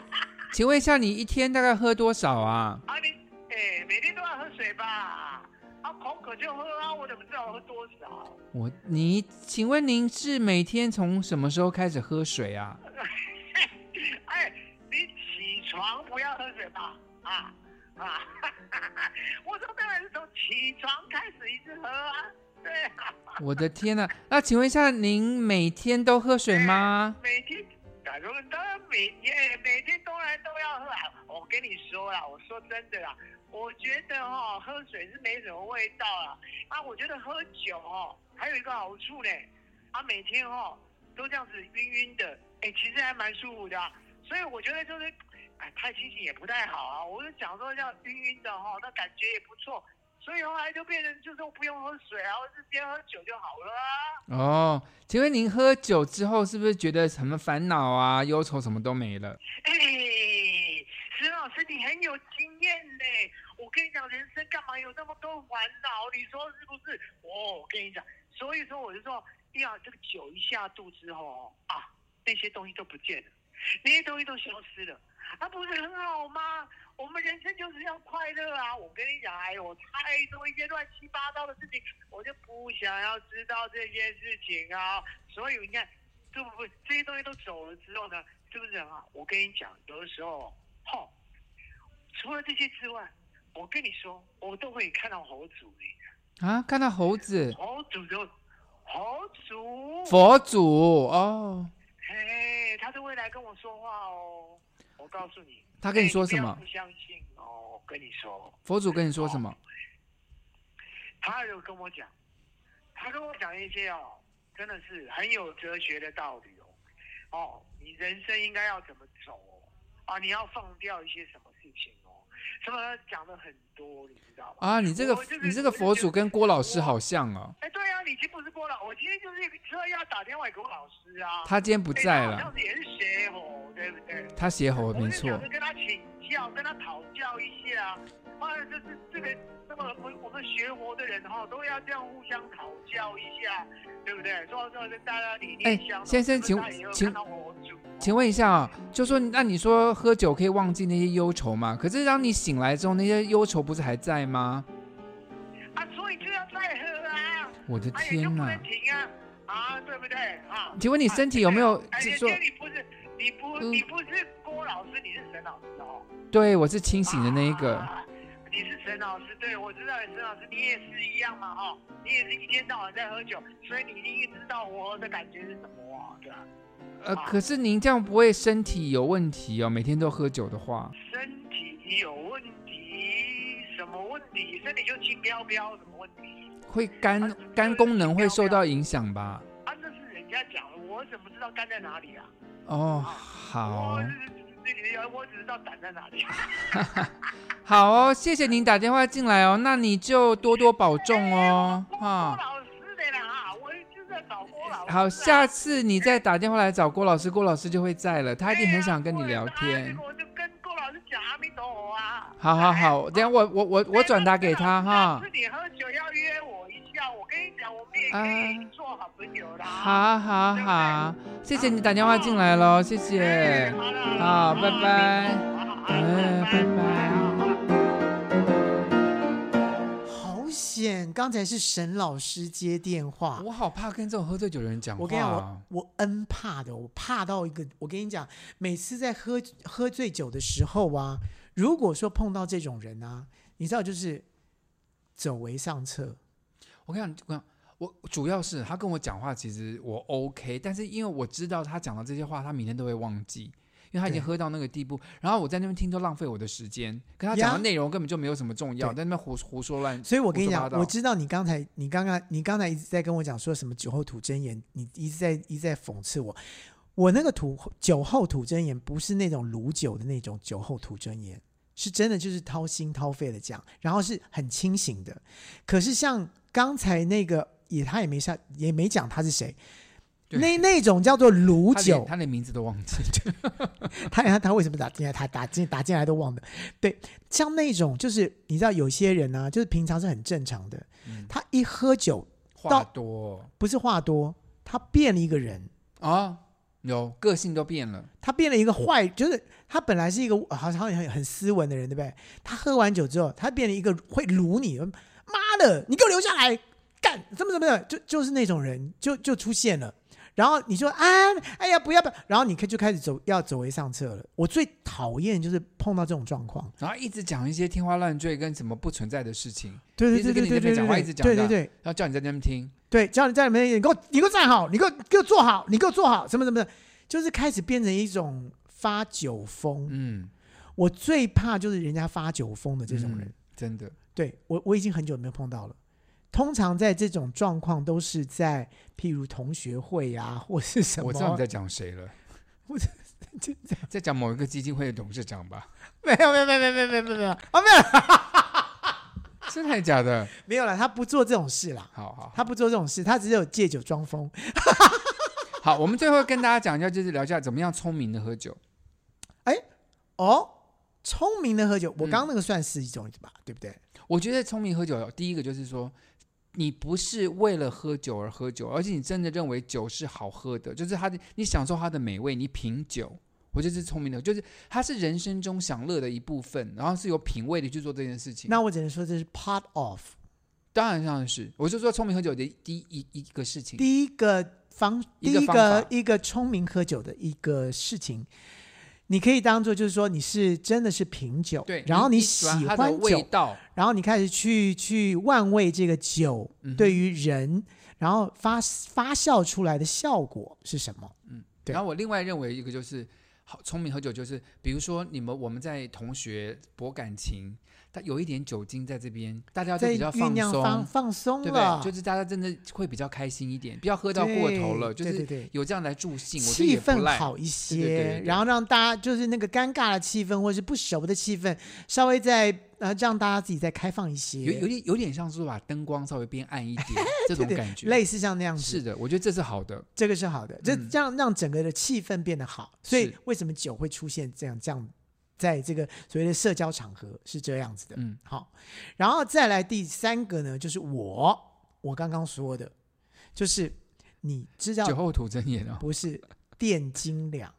Speaker 2: 请问一下，你一天大概喝多少啊？
Speaker 5: 啊你哎，每天都要喝水吧？啊，口渴就喝啊，我怎么知道我喝多少？ (laughs)
Speaker 2: 我你，请问您是每天从什么时候开始喝水啊？
Speaker 5: 哎，你起床不要喝水吧？啊啊，我说当然是从起床开始一直喝啊，对啊，
Speaker 2: 我的天呐、那请问一下，您每天都喝水吗？
Speaker 5: 每天。假如当然每天哎每天当然都要喝啊！我跟你说啦，我说真的啦，我觉得哦，喝水是没什么味道啦。啊，我觉得喝酒哦，还有一个好处呢，啊，每天哦都这样子晕晕的，哎、其实还蛮舒服的、啊。所以我觉得就是，哎，太清醒也不太好啊。我就想说要晕晕的哈、哦，那感觉也不错。所以后来就变成就是说不用喝水啊，我直接喝酒就好了啊。
Speaker 2: 哦，请问您喝酒之后是不是觉得什么烦恼啊、忧愁什么都没了？
Speaker 5: 哎，石老师，你很有经验呢。我跟你讲，人生干嘛有那么多烦恼？你说是不是？哦，我跟你讲，所以说我就说，要这个酒一下肚之后哦啊，那些东西都不见了，那些东西都消失了，那、不是很好吗？我们人生就是要快乐啊！我跟你讲，哎呦，太多一些乱七八糟的事情，我就不想要知道这些事情啊。所以你看，对不对？这些东西都走了之后呢，是不是啊？我跟你讲，有的时候，吼、除了这些之外，我跟你说，我都会看到猴祖的，
Speaker 2: 啊，看到猴子、
Speaker 5: 猴祖都，猴祖，
Speaker 2: 佛祖哦，
Speaker 5: 嘿，他都会来跟我说话哦。我告诉你，
Speaker 2: 他跟你
Speaker 5: 哎
Speaker 2: 说
Speaker 5: 不
Speaker 2: 什
Speaker 5: 要
Speaker 2: 么
Speaker 5: 不相信哦，我跟你说，
Speaker 2: 佛祖跟你说什么？
Speaker 5: 他有跟我讲，他跟我讲一些哦，真的是很有哲学的道理哦。哦，你人生应该要怎么走哦？啊，你要放掉一些什么事情哦，什么讲了很多，你知道吗？
Speaker 2: 啊，你这个
Speaker 5: 我就是
Speaker 2: 你这个佛祖跟郭老师好像哦，
Speaker 5: 哎，对啊，你已经不是郭老，我今天就是说要打电话给我老师啊。
Speaker 2: 他今天不
Speaker 5: 哎
Speaker 2: 在
Speaker 5: 他好
Speaker 2: 了，
Speaker 5: 像连谁哦，对不对？
Speaker 2: 他写
Speaker 5: 我
Speaker 2: 好哦没
Speaker 5: 是
Speaker 2: 错
Speaker 5: 想着跟他请教，跟他讨教一下。妈的，就是这个这么我我们学佛的人哈，都要这样互相讨教一下，对不对？说说跟大家理念
Speaker 2: 哎
Speaker 5: 相同。
Speaker 2: 先生
Speaker 5: 是不
Speaker 2: 请
Speaker 5: 是他以后
Speaker 2: 请
Speaker 5: 看到我主
Speaker 2: 请问一下啊，就说那你说喝酒可以忘记那些忧愁吗？可是当你醒来之后，那些忧愁不是还在吗？
Speaker 5: 啊，所以就要再喝啊，
Speaker 2: 我的
Speaker 5: 哎呀，就
Speaker 2: 天
Speaker 5: 不
Speaker 2: 哪
Speaker 5: 能！停啊，啊，对不对啊？
Speaker 2: 请问你身体有没有
Speaker 5: 哎，
Speaker 2: 是
Speaker 5: 人
Speaker 2: 说
Speaker 5: 家？你不是你不
Speaker 2: 嗯
Speaker 5: 你不是郭老师，你是沈老师哦。
Speaker 2: 对，我是清醒的那一个。
Speaker 5: 啊你是沈老师，对我知道沈老师，你也是一样嘛哈、哦，你也是一天到晚在喝酒，所以你一定知道我的感觉是什么啊，对吧？
Speaker 2: 呃，可是您这样不会身体有问题哦？每天都喝酒的话，
Speaker 5: 身体有问题，什么问题？身体就轻飘飘，什么问题？
Speaker 2: 会肝肝功能会受到影响吧？
Speaker 5: 啊，那是人家讲的，我怎么知道肝在哪里啊？
Speaker 2: 哦，好
Speaker 5: 我只是我只知道胆在哪里。
Speaker 2: 好哦，谢谢您打电话进来哦，那你就多多保重哦，
Speaker 5: 哎郭
Speaker 2: 哈。
Speaker 5: 老师的啦，我就是在找郭老师啊、
Speaker 2: 好，下次你再打电话来找郭老师，郭老师就会在了，他一定很想跟你聊
Speaker 5: 对啊
Speaker 2: 天。
Speaker 5: 我就跟郭老师讲阿弥陀佛啊。哎
Speaker 2: 好好好，等一下我我我我转达给他哈
Speaker 5: 是。你喝酒要约我一下，我跟你讲，我们也可以做好朋友啦。啊
Speaker 2: 啊好好好，谢谢你打电话进来喽，谢谢
Speaker 5: 哎，。好了
Speaker 2: 好，拜拜。哎
Speaker 5: 哎，
Speaker 2: 拜拜
Speaker 5: 好
Speaker 1: 好险，刚才是沈老师接电话。
Speaker 2: 我好怕跟这种喝醉酒的人讲话。
Speaker 1: 我跟你讲，我我 N 怕的，我怕到一个，我跟你讲，每次在喝喝醉酒的时候啊，如果说碰到这种人啊，你知道就是走为上策，
Speaker 2: 我跟你讲，我跟你讲我主要是他跟我讲话，其实我 OK，但是因为我知道他讲的这些话，他明天都会忘记。因为他已经
Speaker 1: 对
Speaker 2: 喝到那个地步，然后我在那边听都浪费我的时间，跟他讲的
Speaker 1: 呀
Speaker 2: 内容根本就没有什么重要，
Speaker 1: 对
Speaker 2: 在那边胡胡说乱。
Speaker 1: 所以我跟你
Speaker 2: 胡
Speaker 1: 讲
Speaker 2: 说，八道
Speaker 1: 我知道你刚才，你刚刚，你刚才一直在跟我讲说什么酒后吐真言，你一直在一直在讽刺我。我那个吐酒后吐真言不是那种卤酒的那种酒后吐真言，是真的就是掏心掏肺的讲，然后是很清醒的。可是像刚才那个也他也没下也没讲他是谁，
Speaker 2: 对
Speaker 1: 那那种叫做卤
Speaker 2: 他连
Speaker 1: 酒，
Speaker 2: 他连名字都忘记。
Speaker 1: 他他他为什么打进来？他打进打进来都忘了。对，像那种就是你知道有些人啊，就是平常是很正常的，
Speaker 2: 嗯
Speaker 1: 他一喝酒
Speaker 2: 话多
Speaker 1: 不是话多，他变了一个人，
Speaker 2: 啊，有个性都变了。
Speaker 1: 他变了一个坏，就是他本来是一个呃好像很很斯文的人，对不对？他喝完酒之后，他变了一个会撸你，妈的，你给我留下来干，怎么怎么的，就就是那种人，就就出现了。然后你说啊，哎呀，不要不要，然后你就开始走要走为上策了。我最讨厌就是碰到这种状况，
Speaker 2: 然后一直讲一些天花乱坠跟什么不存在的事情，
Speaker 1: 对
Speaker 2: 一直
Speaker 1: 对
Speaker 2: 跟
Speaker 1: 对
Speaker 2: 你这
Speaker 1: 对
Speaker 2: 边
Speaker 1: 对
Speaker 2: 讲话，一
Speaker 1: 对
Speaker 2: 直
Speaker 1: 对
Speaker 2: 讲
Speaker 1: 对对
Speaker 2: 话
Speaker 1: 对，
Speaker 2: 然后叫你在那边听，
Speaker 1: 对，叫你在里面，你给我，你给我站好，你给我，给我坐好，你给我坐好，什么什么的，就是开始变成一种发酒疯。
Speaker 2: 嗯，
Speaker 1: 我最怕就是人家发酒疯的这种人。
Speaker 2: 嗯真的
Speaker 1: 对我，我已经很久没有碰到了。通常在这种状况都是在譬如同学会啊，或是什么，
Speaker 2: 我知道你在讲谁了，
Speaker 1: 我
Speaker 2: 在讲某一个基金会的董事长吧？
Speaker 1: 没有没有没有没有没有没有没有没有啊没有啦
Speaker 2: 真的还假的？
Speaker 1: 没有了，他不做这种事啦。
Speaker 2: 好好
Speaker 1: 他不做这种事，他只有借酒装疯。
Speaker 2: 好，我们最后跟大家讲一下，就是聊一下怎么样聪明的喝酒。
Speaker 1: 哦，聪明的喝酒，我
Speaker 2: 嗯
Speaker 1: 刚刚那个算是一种吧，对不对？
Speaker 2: 我觉得聪明喝酒，第一个就是说，你不是为了喝酒而喝酒，而且你真的认为酒是好喝的，就是它的你享受它的美味，你品酒。我觉得这是聪明的，就是它是人生中享乐的一部分，然后是有品味的去做这件事情。
Speaker 1: 那我只能说这是 part of
Speaker 2: 当然当然是，我就说聪明喝酒的第一一一个事情，
Speaker 1: 第一个方，
Speaker 2: 嗯一
Speaker 1: 第
Speaker 2: 个
Speaker 1: 一
Speaker 2: 方法
Speaker 1: 个一个聪明喝酒的一个事情，你可以当做就是说你是真的是品酒，
Speaker 2: 对，
Speaker 1: 然后
Speaker 2: 你
Speaker 1: 喜
Speaker 2: 欢它的
Speaker 1: 欢
Speaker 2: 味
Speaker 1: 酒，
Speaker 2: 道，
Speaker 1: 然后你开始去去万味这个酒
Speaker 2: 嗯哼
Speaker 1: 对于人，然后发发酵出来的效果是什么？
Speaker 2: 然后我另外认为一个就是，好聪明喝酒就是，比如说你们我们在同学博感情，但有一点酒精在这边，大家就
Speaker 1: 在
Speaker 2: 比较
Speaker 1: 酝
Speaker 2: 放
Speaker 1: 酿放
Speaker 2: 松，
Speaker 1: 放松
Speaker 2: 对不
Speaker 1: 了，
Speaker 2: 对？就是大家真的会比较开心一点，不要喝到过头了，就
Speaker 1: 对对
Speaker 2: 是
Speaker 1: 对对
Speaker 2: 有这样来助兴，我觉得
Speaker 1: 气
Speaker 2: 也不
Speaker 1: 氛
Speaker 2: 赖。
Speaker 1: 好一些，
Speaker 2: 对对对对
Speaker 1: 然后让大家就是那个尴尬的气氛或是不熟的气氛，稍微再呃让大家自己再开放一些，
Speaker 2: 有有点有点像是把灯光稍微变暗
Speaker 1: (laughs)
Speaker 2: 一点这种
Speaker 1: 对对
Speaker 2: 感觉，
Speaker 1: 类似像那样子，
Speaker 2: 是的，我觉得这是好的，
Speaker 1: 这个是好的，这
Speaker 2: 嗯
Speaker 1: 这样让整个的气氛变得好。所以
Speaker 2: 是
Speaker 1: 为什么酒会出现这样这样，在这个所谓的社交场合是这样子的。
Speaker 2: 嗯，
Speaker 1: 好，然后再来第三个呢，就是我我刚刚说的，就是你知道
Speaker 2: 酒后吐真言哦，
Speaker 1: 不是垫斤两，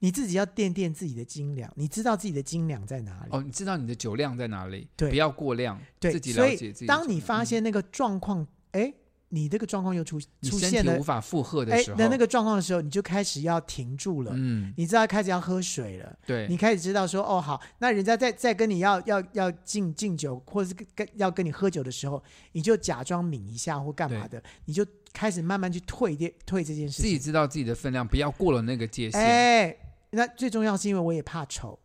Speaker 1: 你自己要垫垫自己的斤两，你知道自己的斤两在哪里。
Speaker 2: 哦，你知道你的酒量在哪里，
Speaker 1: 对
Speaker 2: 不要过量，
Speaker 1: 对，
Speaker 2: 自己
Speaker 1: 所
Speaker 2: 了解
Speaker 1: 以
Speaker 2: 自己的酒量。嗯
Speaker 1: 当你发现那个状况，哎、你这个状况又出
Speaker 2: 你
Speaker 1: 出
Speaker 2: 身
Speaker 1: 现
Speaker 2: 体
Speaker 1: 了
Speaker 2: 无。法负荷的
Speaker 1: 哎
Speaker 2: 时，候，
Speaker 1: 那那个状况的时候，你就开始要停住了。
Speaker 2: 嗯，
Speaker 1: 你知道开始要喝水了，
Speaker 2: 对
Speaker 1: 你，开始知道说哦好，那人家在在跟你要要要敬敬酒，或者是跟跟要跟你喝酒的时候，你就假装抿一下或干嘛的，你就开始慢慢去退掉退这件事
Speaker 2: 自己
Speaker 1: 情。
Speaker 2: 知道自己的分量，不要过了那个界限。
Speaker 1: 哎，那最重要是因为我也怕丑，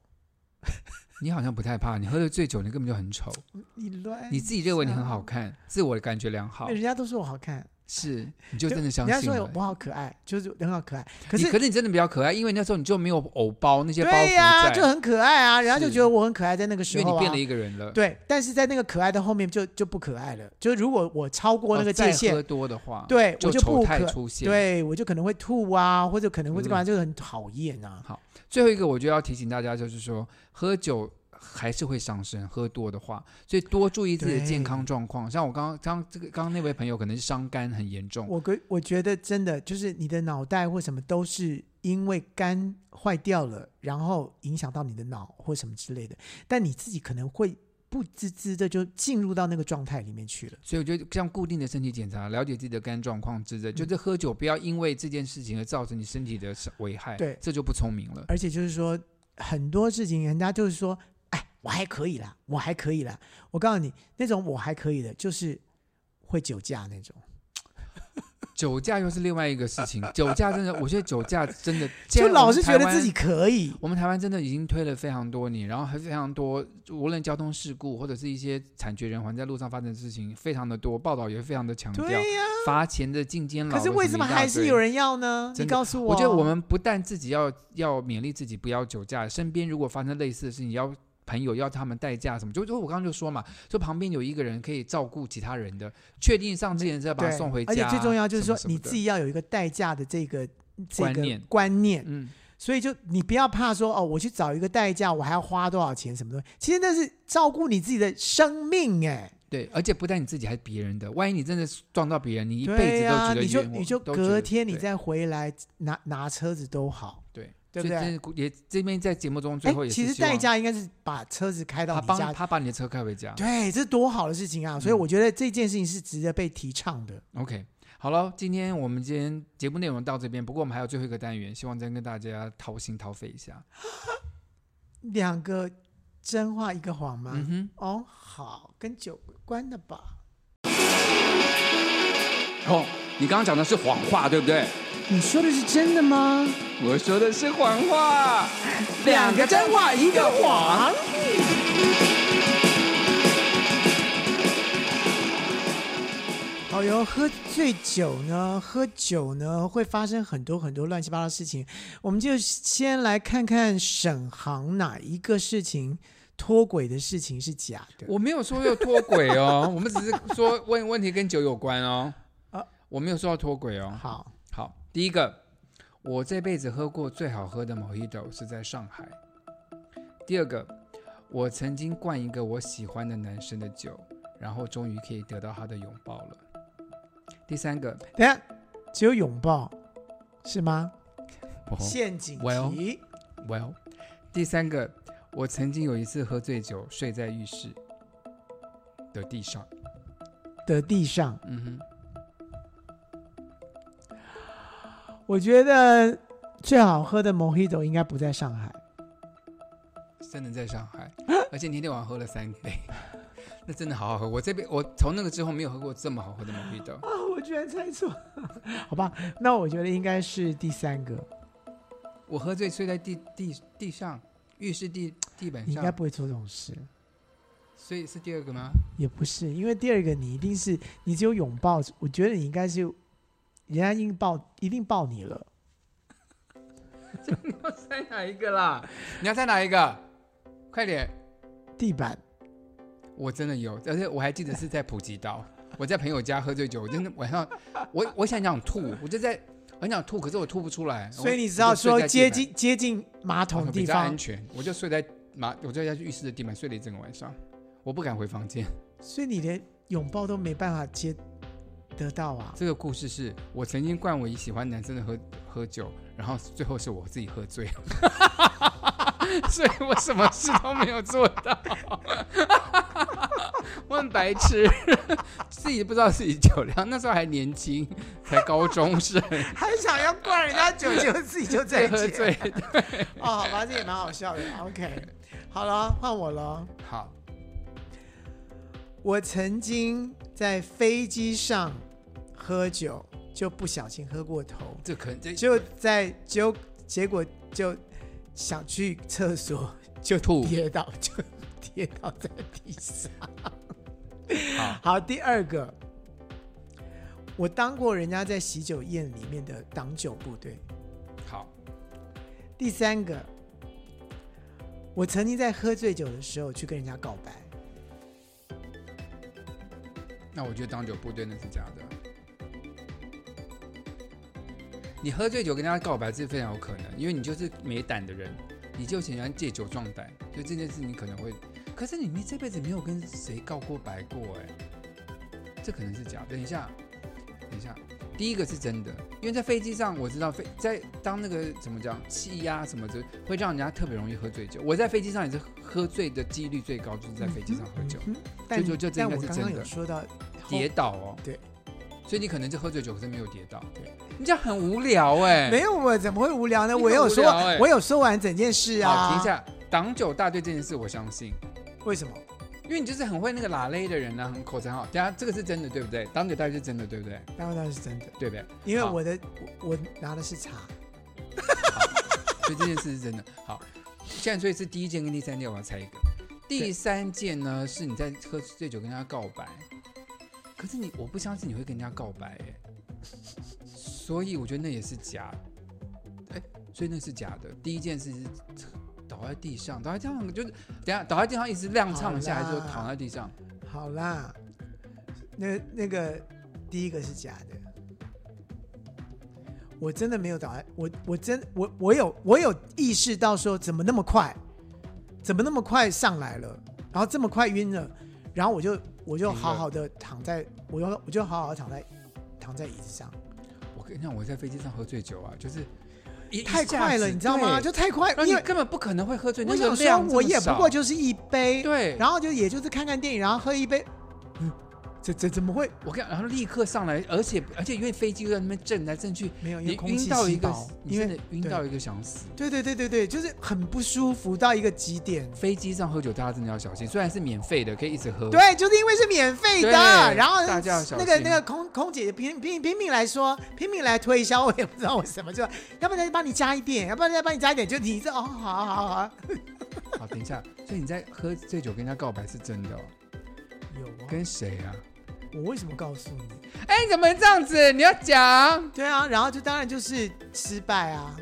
Speaker 2: 你好像不太怕，你喝了醉酒，你根本就很丑，
Speaker 1: 你乱
Speaker 2: 你自己认为你很好看，自我感觉良好
Speaker 1: 人，家都说我好看，
Speaker 2: 是你就真的相
Speaker 1: 人
Speaker 2: 信
Speaker 1: 家说
Speaker 2: 了。
Speaker 1: 我好可爱，就是很好可爱。可
Speaker 2: 可
Speaker 1: 是
Speaker 2: 可是你真的比较可爱，因为那时候你就没有偶包那些包袱
Speaker 1: 对呀、
Speaker 2: 在，
Speaker 1: 就很可爱啊，人家就是觉得我很可爱，在那个时
Speaker 2: 因为
Speaker 1: 候啊
Speaker 2: 你变了。一个人了。
Speaker 1: 对，但是在那个可爱的后面就就不可爱了。就是如果我超过
Speaker 2: 哦，
Speaker 1: 那个
Speaker 2: 再
Speaker 1: 界限
Speaker 2: 喝，多的话，
Speaker 1: 对
Speaker 2: 就
Speaker 1: 我就
Speaker 2: 丑
Speaker 1: 不
Speaker 2: 态
Speaker 1: 可
Speaker 2: 出现。，
Speaker 1: 对我就可能会吐啊，或者可能会
Speaker 2: 嗯
Speaker 1: 干嘛，就很讨厌啊。
Speaker 2: 最后一个我就要提醒大家，就是说喝酒还是会上身，喝多的话，所以多注意自己的健康状况。像我刚刚刚这个刚刚那位朋友可能是伤肝很严重，
Speaker 1: 我觉我觉得真的就是你的脑袋或什么都是因为肝坏掉了，然后影响到你的脑或什么之类的，但你自己可能会不自知的就进入到那个状态里面去了。
Speaker 2: 所以我觉得像固定的身体检查，了解自己的肝状况之类，
Speaker 1: 嗯
Speaker 2: 就是喝酒不要因为这件事情而造成你身体的伤危害，
Speaker 1: 对
Speaker 2: 这就不聪明了。
Speaker 1: 而且就是说很多事情，人家就是说，哎，我还可以啦，我还可以啦。我告诉你，那种我还可以的，就是会酒驾那种。
Speaker 2: 酒驾又是另外一
Speaker 1: (laughs)
Speaker 2: 个事情，酒驾真的，我觉得酒驾真的，
Speaker 1: 就老是
Speaker 2: 现在
Speaker 1: 觉得
Speaker 2: 我们台湾
Speaker 1: 自己可以，
Speaker 2: 我们台湾真的已经推了非常多年，然后还非常多，无论交通事故或者是一些惨绝人寰在路上发生的事情，非常的多，报道也非常的强调，
Speaker 1: 对呀、
Speaker 2: 罚钱的进监牢。
Speaker 1: 可是为什么
Speaker 2: 一大堆
Speaker 1: 还是有？人要呢？
Speaker 2: 真
Speaker 1: 你
Speaker 2: 的
Speaker 1: 告诉
Speaker 2: 我
Speaker 1: 我啊
Speaker 2: 觉得我们不但自己要要勉励自己不要酒驾，身边如果发生类似的事情，要朋友要他们代驾什么，就就我刚刚就说嘛，就旁边有一个人可以照顾其他人的，确定上之前是要把
Speaker 1: 对
Speaker 2: 他送回家，
Speaker 1: 而且最重要就是说
Speaker 2: 什么什么
Speaker 1: 你
Speaker 2: 的
Speaker 1: 自，己要有一个代驾的这个这
Speaker 2: 观
Speaker 1: 个
Speaker 2: 念
Speaker 1: 观念，
Speaker 2: 嗯，
Speaker 1: 所以就你不要怕说哦，我去找一个代驾，我还要花多少钱什么东西？其实那是照顾你自己的生命哎、
Speaker 2: 对，而且不但你自己，还是别人的。万一你真的是撞到别人，你一辈
Speaker 1: 对
Speaker 2: 子都
Speaker 1: 呀、
Speaker 2: 觉得
Speaker 1: 你就
Speaker 2: 冤枉
Speaker 1: 你就
Speaker 2: 都觉得
Speaker 1: 隔天你
Speaker 2: 对
Speaker 1: 再回来拿拿车子都好。
Speaker 2: 对
Speaker 1: 对
Speaker 2: 所以
Speaker 1: 不对
Speaker 2: 真的鼓也这边在节目中最
Speaker 1: 哎
Speaker 2: 后，也是
Speaker 1: 其实
Speaker 2: 希望
Speaker 1: 代驾应该是把车子开到
Speaker 2: 他
Speaker 1: 你
Speaker 2: 帮
Speaker 1: 家，
Speaker 2: 他把你的车开回家。
Speaker 1: 对，这多好的事情啊！所以
Speaker 2: 嗯
Speaker 1: 我觉得这件事情是值得被提倡的。
Speaker 2: OK，好了，今天我们今天节目内容到这边，不过我们还有最后一个单元，希望再跟大家掏心掏肺一下。
Speaker 1: 两个真话一个谎吗？
Speaker 2: 嗯哼，
Speaker 1: 哦，好，跟酒有关的吧？
Speaker 6: 哦，你刚刚讲的是谎话，对不对？
Speaker 1: 你说的是真的吗？
Speaker 6: 我说的是谎话，
Speaker 1: 两个真话一个谎。好哟，喝醉酒呢，喝酒呢会发生很多很多乱七八糟的事情。我们就先来看看沈航哪一个事情脱轨的事情是假的。
Speaker 2: 我没有说要脱轨哦，我们只是说问问题跟酒有关哦。
Speaker 1: 啊
Speaker 2: 我没有说要脱轨哦。
Speaker 1: 好，
Speaker 2: 好，第一个，我这辈子喝过最好喝的 Mojito 是在上海。第二个，我曾经灌一个我喜欢的男生的酒，然后终于可以得到他的拥抱了。第三个，
Speaker 1: 等一下只有拥抱是吗？陷阱题。
Speaker 2: 哦 Well Well，第三个，我曾经有一次喝醉酒睡在浴室的地上。
Speaker 1: 的地上，
Speaker 2: 嗯
Speaker 1: 我觉得最好喝的 Mojito 应该不在上海。
Speaker 2: 哼，真的在上海，而且那天晚上喝了三杯， (laughs) 那真的好好喝。我这边我从那个之后没有喝过这么好喝的 Mojito。
Speaker 1: 啊， (laughs) 我居然猜错，好吧，那我觉得应该是第三个。
Speaker 2: 我喝醉睡在地地地上，浴室地地板
Speaker 1: 你应该
Speaker 2: 上，
Speaker 1: 不会做这种事，
Speaker 2: 所以是第二个吗？
Speaker 1: 也不是，因为第二个你一定是你只有拥抱，我觉得你应该是人家已经抱一定抱你了，
Speaker 2: 要猜哪一个啦？你要猜哪一个？快点！
Speaker 1: 地板
Speaker 2: 我真的有，而且我还记得是在普吉岛， (laughs) 我在朋友家喝醉酒，我真的晚上，我我想想吐，我就在很想吐，可是我吐不出来。
Speaker 1: 所以
Speaker 2: 我
Speaker 1: 你知道
Speaker 2: 我就睡
Speaker 1: 说
Speaker 2: 在地
Speaker 1: 接
Speaker 2: 板
Speaker 1: 近接近马桶的
Speaker 2: 比
Speaker 1: 地
Speaker 2: 较安
Speaker 1: 方，
Speaker 2: 全，我就睡在马，我就在浴室的地板睡了一整个晚上，我不敢回房间。
Speaker 1: 所以你连拥抱都没办法接得到啊。
Speaker 2: 这个故事是我曾经灌我喜欢男生的喝喝酒，然后最后是我自己喝醉， (laughs) 所以我什么事都没有做到，我很白痴，自己不知道自己酒量，那时候还年轻，才高中生，
Speaker 1: (laughs) 还想要灌人家酒，结果自己就在
Speaker 2: 被
Speaker 1: (laughs)
Speaker 2: 喝醉。
Speaker 1: 哦，好吧，这也蛮好笑的。OK，好了，换我了。
Speaker 2: 好，
Speaker 1: 我曾经在飞机上喝酒，就不小心喝过头，
Speaker 2: 这可能这
Speaker 1: 就在就结果就想去厕所，就
Speaker 2: 吐
Speaker 1: 跌倒，就跌倒在地上。
Speaker 2: 好
Speaker 1: 好，第二个，我当过人家在喜酒宴里面的挡酒部队。
Speaker 2: 好
Speaker 1: 第三个，我曾经在喝醉酒的时候去跟人家告白，
Speaker 2: 那我觉得当酒部队那是假的。你喝醉酒跟人家告白是非常有可能，因为你就是没胆的人，你就喜欢借酒壮胆，所以这件事你可能会。可是你们这辈子没有跟谁告过白过哎、这可能是假的。等一下，等一下，第一个是真的，因为在飞机上我知道飞在当那个怎么讲气压、什么的，会让人家特别容易喝醉酒。我在飞机上也是喝醉的几率最高，就是在飞机上喝酒。
Speaker 1: 嗯但
Speaker 2: 就就这
Speaker 1: 但
Speaker 2: 应该
Speaker 1: 我
Speaker 2: 是
Speaker 1: 刚刚
Speaker 2: 真的
Speaker 1: 有说到
Speaker 2: 跌倒哦。
Speaker 1: 对，
Speaker 2: 所以你可能就喝醉酒，可是没有跌倒。
Speaker 1: 对，
Speaker 2: 你这样很无聊哎、
Speaker 1: 没有我怎么会无聊呢？
Speaker 2: 你
Speaker 1: 我
Speaker 2: 很
Speaker 1: 有
Speaker 2: 无
Speaker 1: 说
Speaker 2: 聊欸，
Speaker 1: 我有说完整件事啊。
Speaker 2: 好，停一，下。挡酒大队这件事，我相信，
Speaker 1: 为什么？
Speaker 2: 因为你就是很会那个拉勒的人啊，很口才好。等一下这个是真的，对不对？挡酒大队是真的，对不对？
Speaker 1: 当然当然是真的，
Speaker 2: 对不对？
Speaker 1: 因为
Speaker 2: 好
Speaker 1: 我的我我拿的是茶，
Speaker 2: 所以这件事是真的。好，现在所以是第一件跟第三件，我要猜一个。第三件呢是你在喝醉酒跟人家告白，可是你我不相信你会跟人家告白哎、所以我觉得那也是假，哎、所以那是假的。第一件事是倒在地上，倒在地上就是等一下倒在地上一直踉跄一下，
Speaker 1: 好啦
Speaker 2: 还是说躺在地上？
Speaker 1: 好啦，那那个第一个是假的。我真的没有打，我我真我我有我有意识到说怎么那么快，怎么那么快上来了，然后这么快晕了，然后我就我就
Speaker 2: 晕了
Speaker 1: 好好的躺在，我就我就好好地躺在躺在椅子上，
Speaker 2: 我跟你讲，我在飞机上喝醉酒啊，就是一
Speaker 1: 太快了，你知道吗？就太快，
Speaker 2: 因
Speaker 1: 因
Speaker 2: 为
Speaker 1: 为
Speaker 2: 根本不可能会喝醉，
Speaker 1: 我
Speaker 2: 那
Speaker 1: 想
Speaker 2: 个
Speaker 1: 说
Speaker 2: 量这么
Speaker 1: 我也不
Speaker 2: 少
Speaker 1: 过就是一杯，
Speaker 2: 对，
Speaker 1: 然后就也就是看看电影，然后喝一杯，嗯，这这怎么会
Speaker 2: 我看，然后立刻上来，而且而且因为飞机就在那边震来震去，
Speaker 1: 没有？因
Speaker 2: 你
Speaker 1: 为空气
Speaker 2: 晕到一
Speaker 1: 稀
Speaker 2: 个
Speaker 1: 薄，
Speaker 2: 你
Speaker 1: 因
Speaker 2: 真
Speaker 1: 为
Speaker 2: 的晕
Speaker 1: 对
Speaker 2: 到一个想死。
Speaker 1: 对对对对对，就是很不舒服到一个极点。
Speaker 2: 飞机上喝酒大家真的要小心，虽然是免费的，可以一直喝。
Speaker 1: 对，就是因为是免费的，
Speaker 2: 对
Speaker 1: 然后
Speaker 2: 大家要小
Speaker 1: 那个
Speaker 2: 心
Speaker 1: 那个空空姐拼拼拼命来说，拼命来推销，我也不知道为什么，就要不然再帮你加一点，要不然再帮你加一点，就你这哦，好好好，
Speaker 2: 好，等一下，所以你在喝醉酒跟人家告白是真的哦？
Speaker 1: 有啊，
Speaker 2: 跟谁啊？
Speaker 1: 我为什么告诉你？
Speaker 2: 哎，你怎么这样子？你要讲，
Speaker 1: 对啊，然后就当然就是失败啊，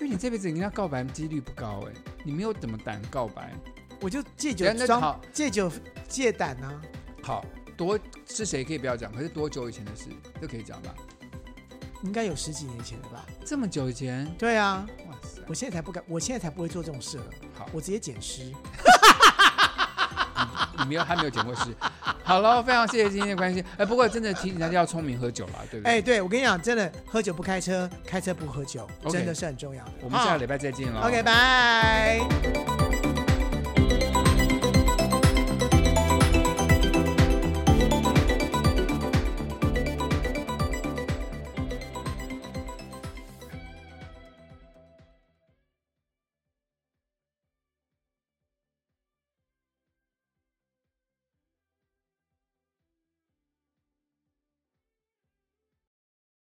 Speaker 2: 因为你这辈子跟人家告白几率不高哎，你没有怎么胆告白。
Speaker 1: 我就借酒
Speaker 2: 哎等一下那
Speaker 1: 装
Speaker 2: 好
Speaker 1: 借酒借胆啊，
Speaker 2: 好多是谁可以不要讲，可是多久以前的事都可以讲吧？
Speaker 1: 应该有十几年前了吧？
Speaker 2: 这么久以前，
Speaker 1: 对啊，
Speaker 2: 哇塞！
Speaker 1: 我现在才不敢，我现在才不会做这种事了，
Speaker 2: 好，
Speaker 1: 我直接捡尸。
Speaker 2: 你没有，他没有剪过尸。 (laughs) 好了，非常谢谢今天的关心。哎，不过真的提醒大家要聪明喝酒啦，对不对？
Speaker 1: 哎，对我跟你讲，真的喝酒不开车，开车不喝酒
Speaker 2: OK
Speaker 1: 真的是很重要的。
Speaker 2: 我们下
Speaker 1: 里
Speaker 2: 个哦礼拜再见了。
Speaker 1: OK，拜。